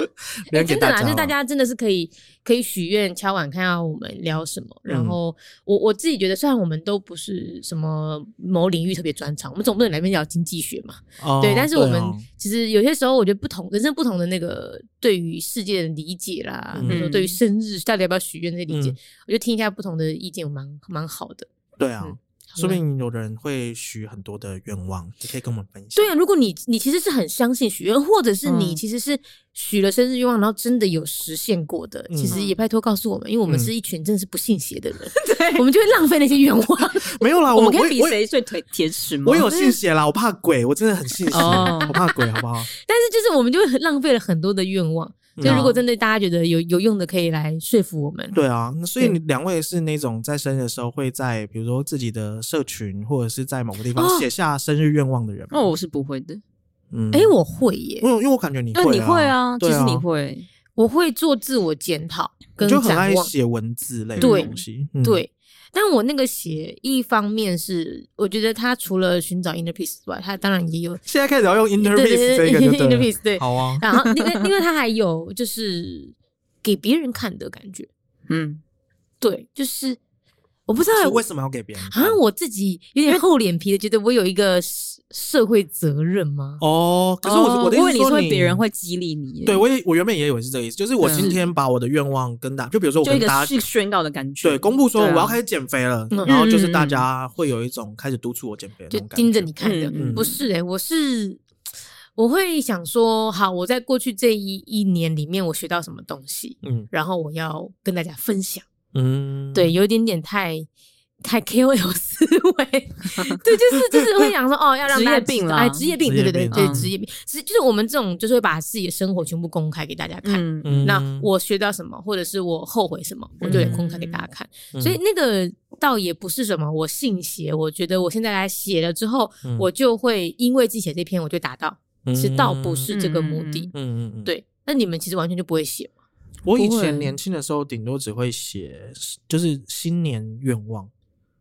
[SPEAKER 3] 言给
[SPEAKER 2] 真的
[SPEAKER 3] 大
[SPEAKER 2] 啦，
[SPEAKER 3] 家，哦
[SPEAKER 2] 就是大家真的是可以可以许愿敲碗，看看我们聊什么。然
[SPEAKER 3] 嗯
[SPEAKER 2] 后我我自己觉得，虽然我们都不是什么某领域特别专长，我们总不能来这边聊经济学嘛，
[SPEAKER 3] 哦，
[SPEAKER 2] 对。但是我们
[SPEAKER 3] 哦
[SPEAKER 2] 其实有些时候，我觉得不同人生不同的那个对于世界的理解啦，
[SPEAKER 3] 嗯
[SPEAKER 2] 比如说对于生日到底要不要许愿这些理解，
[SPEAKER 3] 嗯
[SPEAKER 2] 我觉得听一下不同的意见蛮蛮好的。
[SPEAKER 3] 对啊
[SPEAKER 2] 嗯，
[SPEAKER 3] 说不定有的人会许很多的愿望，也可以跟我们分享
[SPEAKER 2] 对。啊，如果你你其实是很相信许愿，或者是你
[SPEAKER 1] 嗯
[SPEAKER 2] 其实是许了生日愿望，然后真的有实现过的，
[SPEAKER 3] 嗯
[SPEAKER 2] 其实也拜托告诉我们，因为我们
[SPEAKER 3] 嗯
[SPEAKER 2] 是一群真的是不信
[SPEAKER 3] (laughs)
[SPEAKER 2] 邪的人，
[SPEAKER 1] 对
[SPEAKER 2] 我们就会浪费那些愿望。 (laughs)
[SPEAKER 3] 没有啦，
[SPEAKER 1] 我
[SPEAKER 3] 啊我
[SPEAKER 1] 们可
[SPEAKER 3] 我
[SPEAKER 1] 以比
[SPEAKER 3] 我
[SPEAKER 1] 谁最甜甜食吗？
[SPEAKER 3] 我有信邪啦，我怕鬼，我真的很信邪，
[SPEAKER 1] 哦
[SPEAKER 3] 我怕鬼，好不
[SPEAKER 2] (laughs)
[SPEAKER 3] 好？
[SPEAKER 2] 但是就是我们就会很浪费了很多的愿望。所以
[SPEAKER 3] 嗯
[SPEAKER 2] 如果真的大家觉得有有用的，可以来说服我们。
[SPEAKER 3] 对啊，那所以
[SPEAKER 2] 对
[SPEAKER 3] 你两位是那种在生日的时候会在比如说自己的社群或者是在某个地方
[SPEAKER 2] 哦
[SPEAKER 3] 写下生日愿望的人吗？
[SPEAKER 1] 哦，我是不会的。
[SPEAKER 3] 嗯
[SPEAKER 2] 哎、我会耶，
[SPEAKER 3] 因为因为我感觉你
[SPEAKER 1] 那
[SPEAKER 3] 会，
[SPEAKER 1] 你会啊？其
[SPEAKER 3] 对
[SPEAKER 1] 实
[SPEAKER 3] 啊，
[SPEAKER 1] 你会，
[SPEAKER 2] 我会做自我检讨跟
[SPEAKER 3] 你就很
[SPEAKER 2] 展
[SPEAKER 3] 爱
[SPEAKER 2] 望。
[SPEAKER 3] 写文字类的
[SPEAKER 2] 对
[SPEAKER 3] 东西，嗯，
[SPEAKER 2] 对，但我那个写，一方面是我觉得他除了寻找 inner peace 之外，他当然也有
[SPEAKER 3] 现在开始要用 interface 这个就对
[SPEAKER 2] inner
[SPEAKER 3] 了
[SPEAKER 2] peace 对。
[SPEAKER 3] 好啊，
[SPEAKER 2] 然后，因为因为他还有就是给别人看的感觉，
[SPEAKER 1] 嗯，
[SPEAKER 2] 对，就是我不知
[SPEAKER 3] 是
[SPEAKER 2] 道
[SPEAKER 3] 为什么要给别人看
[SPEAKER 2] 啊，我自己有点厚脸皮的，觉得我有一个社社会责任吗？
[SPEAKER 3] 哦，可是
[SPEAKER 1] 哦
[SPEAKER 3] 我我的
[SPEAKER 1] 以
[SPEAKER 3] 意思
[SPEAKER 1] 为你
[SPEAKER 3] 说
[SPEAKER 1] 说
[SPEAKER 3] 你
[SPEAKER 1] 别人会激励你耶，
[SPEAKER 3] 对，我也我原本也以为是这个意思，就是我
[SPEAKER 1] 嗯
[SPEAKER 3] 今天把我的愿望跟大，就比如说我
[SPEAKER 1] 就一
[SPEAKER 3] 跟
[SPEAKER 1] 个
[SPEAKER 3] 大家
[SPEAKER 1] 是宣告的感觉，
[SPEAKER 3] 对公布说
[SPEAKER 1] 对啊
[SPEAKER 3] 我要开始减肥了，
[SPEAKER 2] 嗯
[SPEAKER 3] 然后就是大
[SPEAKER 1] 嗯嗯嗯
[SPEAKER 3] 家会有一种开始督促我减肥的
[SPEAKER 2] 就
[SPEAKER 3] 那种感觉，
[SPEAKER 2] 盯着你看的，
[SPEAKER 1] 嗯
[SPEAKER 3] 嗯
[SPEAKER 2] 不是诶、欸我是我会想说，好，我在过去这一一年里面，我学到什么东西，
[SPEAKER 3] 嗯
[SPEAKER 2] 然后我要跟大家分享。
[SPEAKER 3] 嗯，
[SPEAKER 2] 对，有一点点太太 KOL (laughs) 思维，对，就是就是会想说哦，要让
[SPEAKER 1] 职
[SPEAKER 2] 大家
[SPEAKER 1] 业病
[SPEAKER 2] 知道
[SPEAKER 1] 啦
[SPEAKER 2] 哎，职业病，
[SPEAKER 3] 职
[SPEAKER 2] 对
[SPEAKER 3] 业
[SPEAKER 2] 对对
[SPEAKER 3] 病
[SPEAKER 2] 对，
[SPEAKER 1] 嗯
[SPEAKER 2] 职业病，职就是我们这种就是会把自己的生活全部公开给大家看。
[SPEAKER 1] 嗯，
[SPEAKER 3] 嗯，
[SPEAKER 2] 那我学到什么，或者是我后悔什么，我就得公开给大家看。
[SPEAKER 3] 嗯
[SPEAKER 2] 所以那个倒也不是什么我信邪，我觉得我现在来写了之后，
[SPEAKER 3] 嗯
[SPEAKER 2] 我就会因为自己写这篇，我就达到，是倒不是这个目的。
[SPEAKER 3] 嗯嗯嗯嗯，
[SPEAKER 2] 对，那你们其实完全就不会写嘛。
[SPEAKER 3] 我以
[SPEAKER 1] 不会
[SPEAKER 3] 前年轻的时候，顶多只会写就是新年愿望，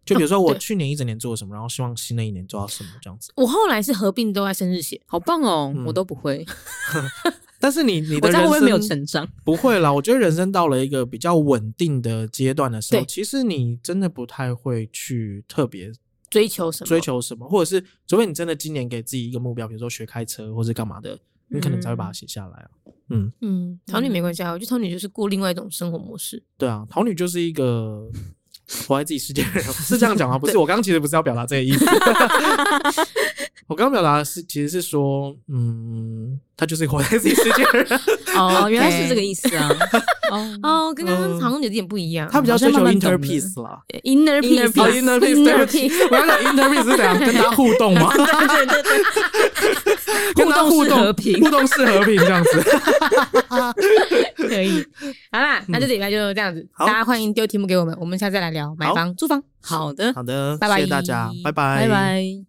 [SPEAKER 3] 就比如说
[SPEAKER 2] 哦
[SPEAKER 3] 我
[SPEAKER 2] 对
[SPEAKER 3] 去年一整年做了什么，然后希望新的一年做到什么这样子。
[SPEAKER 2] 我后来是合并都在生日写，
[SPEAKER 1] 好棒哦
[SPEAKER 3] 嗯，
[SPEAKER 1] 我都不会，
[SPEAKER 3] 但是你你
[SPEAKER 1] 我
[SPEAKER 3] 的
[SPEAKER 1] 这
[SPEAKER 3] 人
[SPEAKER 1] 样会不会
[SPEAKER 3] 生
[SPEAKER 1] 没有成长？
[SPEAKER 3] 不会啦，我觉得人生到了一个比较稳定的阶段的时候，
[SPEAKER 2] 对
[SPEAKER 3] 其实你真的不太会去特别
[SPEAKER 2] 追求什么？
[SPEAKER 3] 追求什么，或者是除非你真的今年给自己一个目标，比如说学开车或是干嘛的，你可能才会把它写下来啊。嗯，
[SPEAKER 2] 嗯，桃女
[SPEAKER 1] 嗯
[SPEAKER 2] 没关系啊，我觉得桃女就是过另外一种生活模式。
[SPEAKER 3] 对啊，桃女就是一
[SPEAKER 1] (laughs)
[SPEAKER 3] 个活在自己世界的人，是这样讲吗？不是，我刚刚其实不是要表达这个意思， (laughs) 我刚刚表达的是其实是说，嗯，她就是活在自己世界的
[SPEAKER 1] (laughs)
[SPEAKER 3] 人，
[SPEAKER 1] 哦，原来是这个
[SPEAKER 2] 思。
[SPEAKER 1] 意思
[SPEAKER 3] (laughs)
[SPEAKER 1] 啊！ (laughs) 哦
[SPEAKER 2] 哦，跟刚刚
[SPEAKER 3] 嗯
[SPEAKER 2] 好像有点不一样。
[SPEAKER 3] 她比较
[SPEAKER 1] 好像
[SPEAKER 3] 追求
[SPEAKER 1] 慢慢
[SPEAKER 3] inner
[SPEAKER 1] 懂了
[SPEAKER 3] peace 啦。
[SPEAKER 2] inner
[SPEAKER 1] Inner
[SPEAKER 2] peace 啊
[SPEAKER 3] 哦，inner peace，对
[SPEAKER 2] inner
[SPEAKER 3] 不起 (laughs)
[SPEAKER 2] peace
[SPEAKER 3] 我要讲 inner peace 是怎样跟他互动吗？
[SPEAKER 1] (laughs) 对对对，
[SPEAKER 3] (laughs) 跟他互
[SPEAKER 1] 互动是
[SPEAKER 3] 动
[SPEAKER 1] 和平
[SPEAKER 3] 互动是和平这样子。
[SPEAKER 2] 可
[SPEAKER 3] (laughs)
[SPEAKER 2] 以。好啦，那这礼拜就这样子，
[SPEAKER 3] 嗯好
[SPEAKER 2] 大家欢迎丢题目给我们，我们下次再来聊买
[SPEAKER 3] 好
[SPEAKER 2] 房、租房。
[SPEAKER 1] 好的，
[SPEAKER 3] (laughs) 好的，
[SPEAKER 2] 拜拜
[SPEAKER 3] 谢谢大家，拜拜，
[SPEAKER 1] 拜。拜。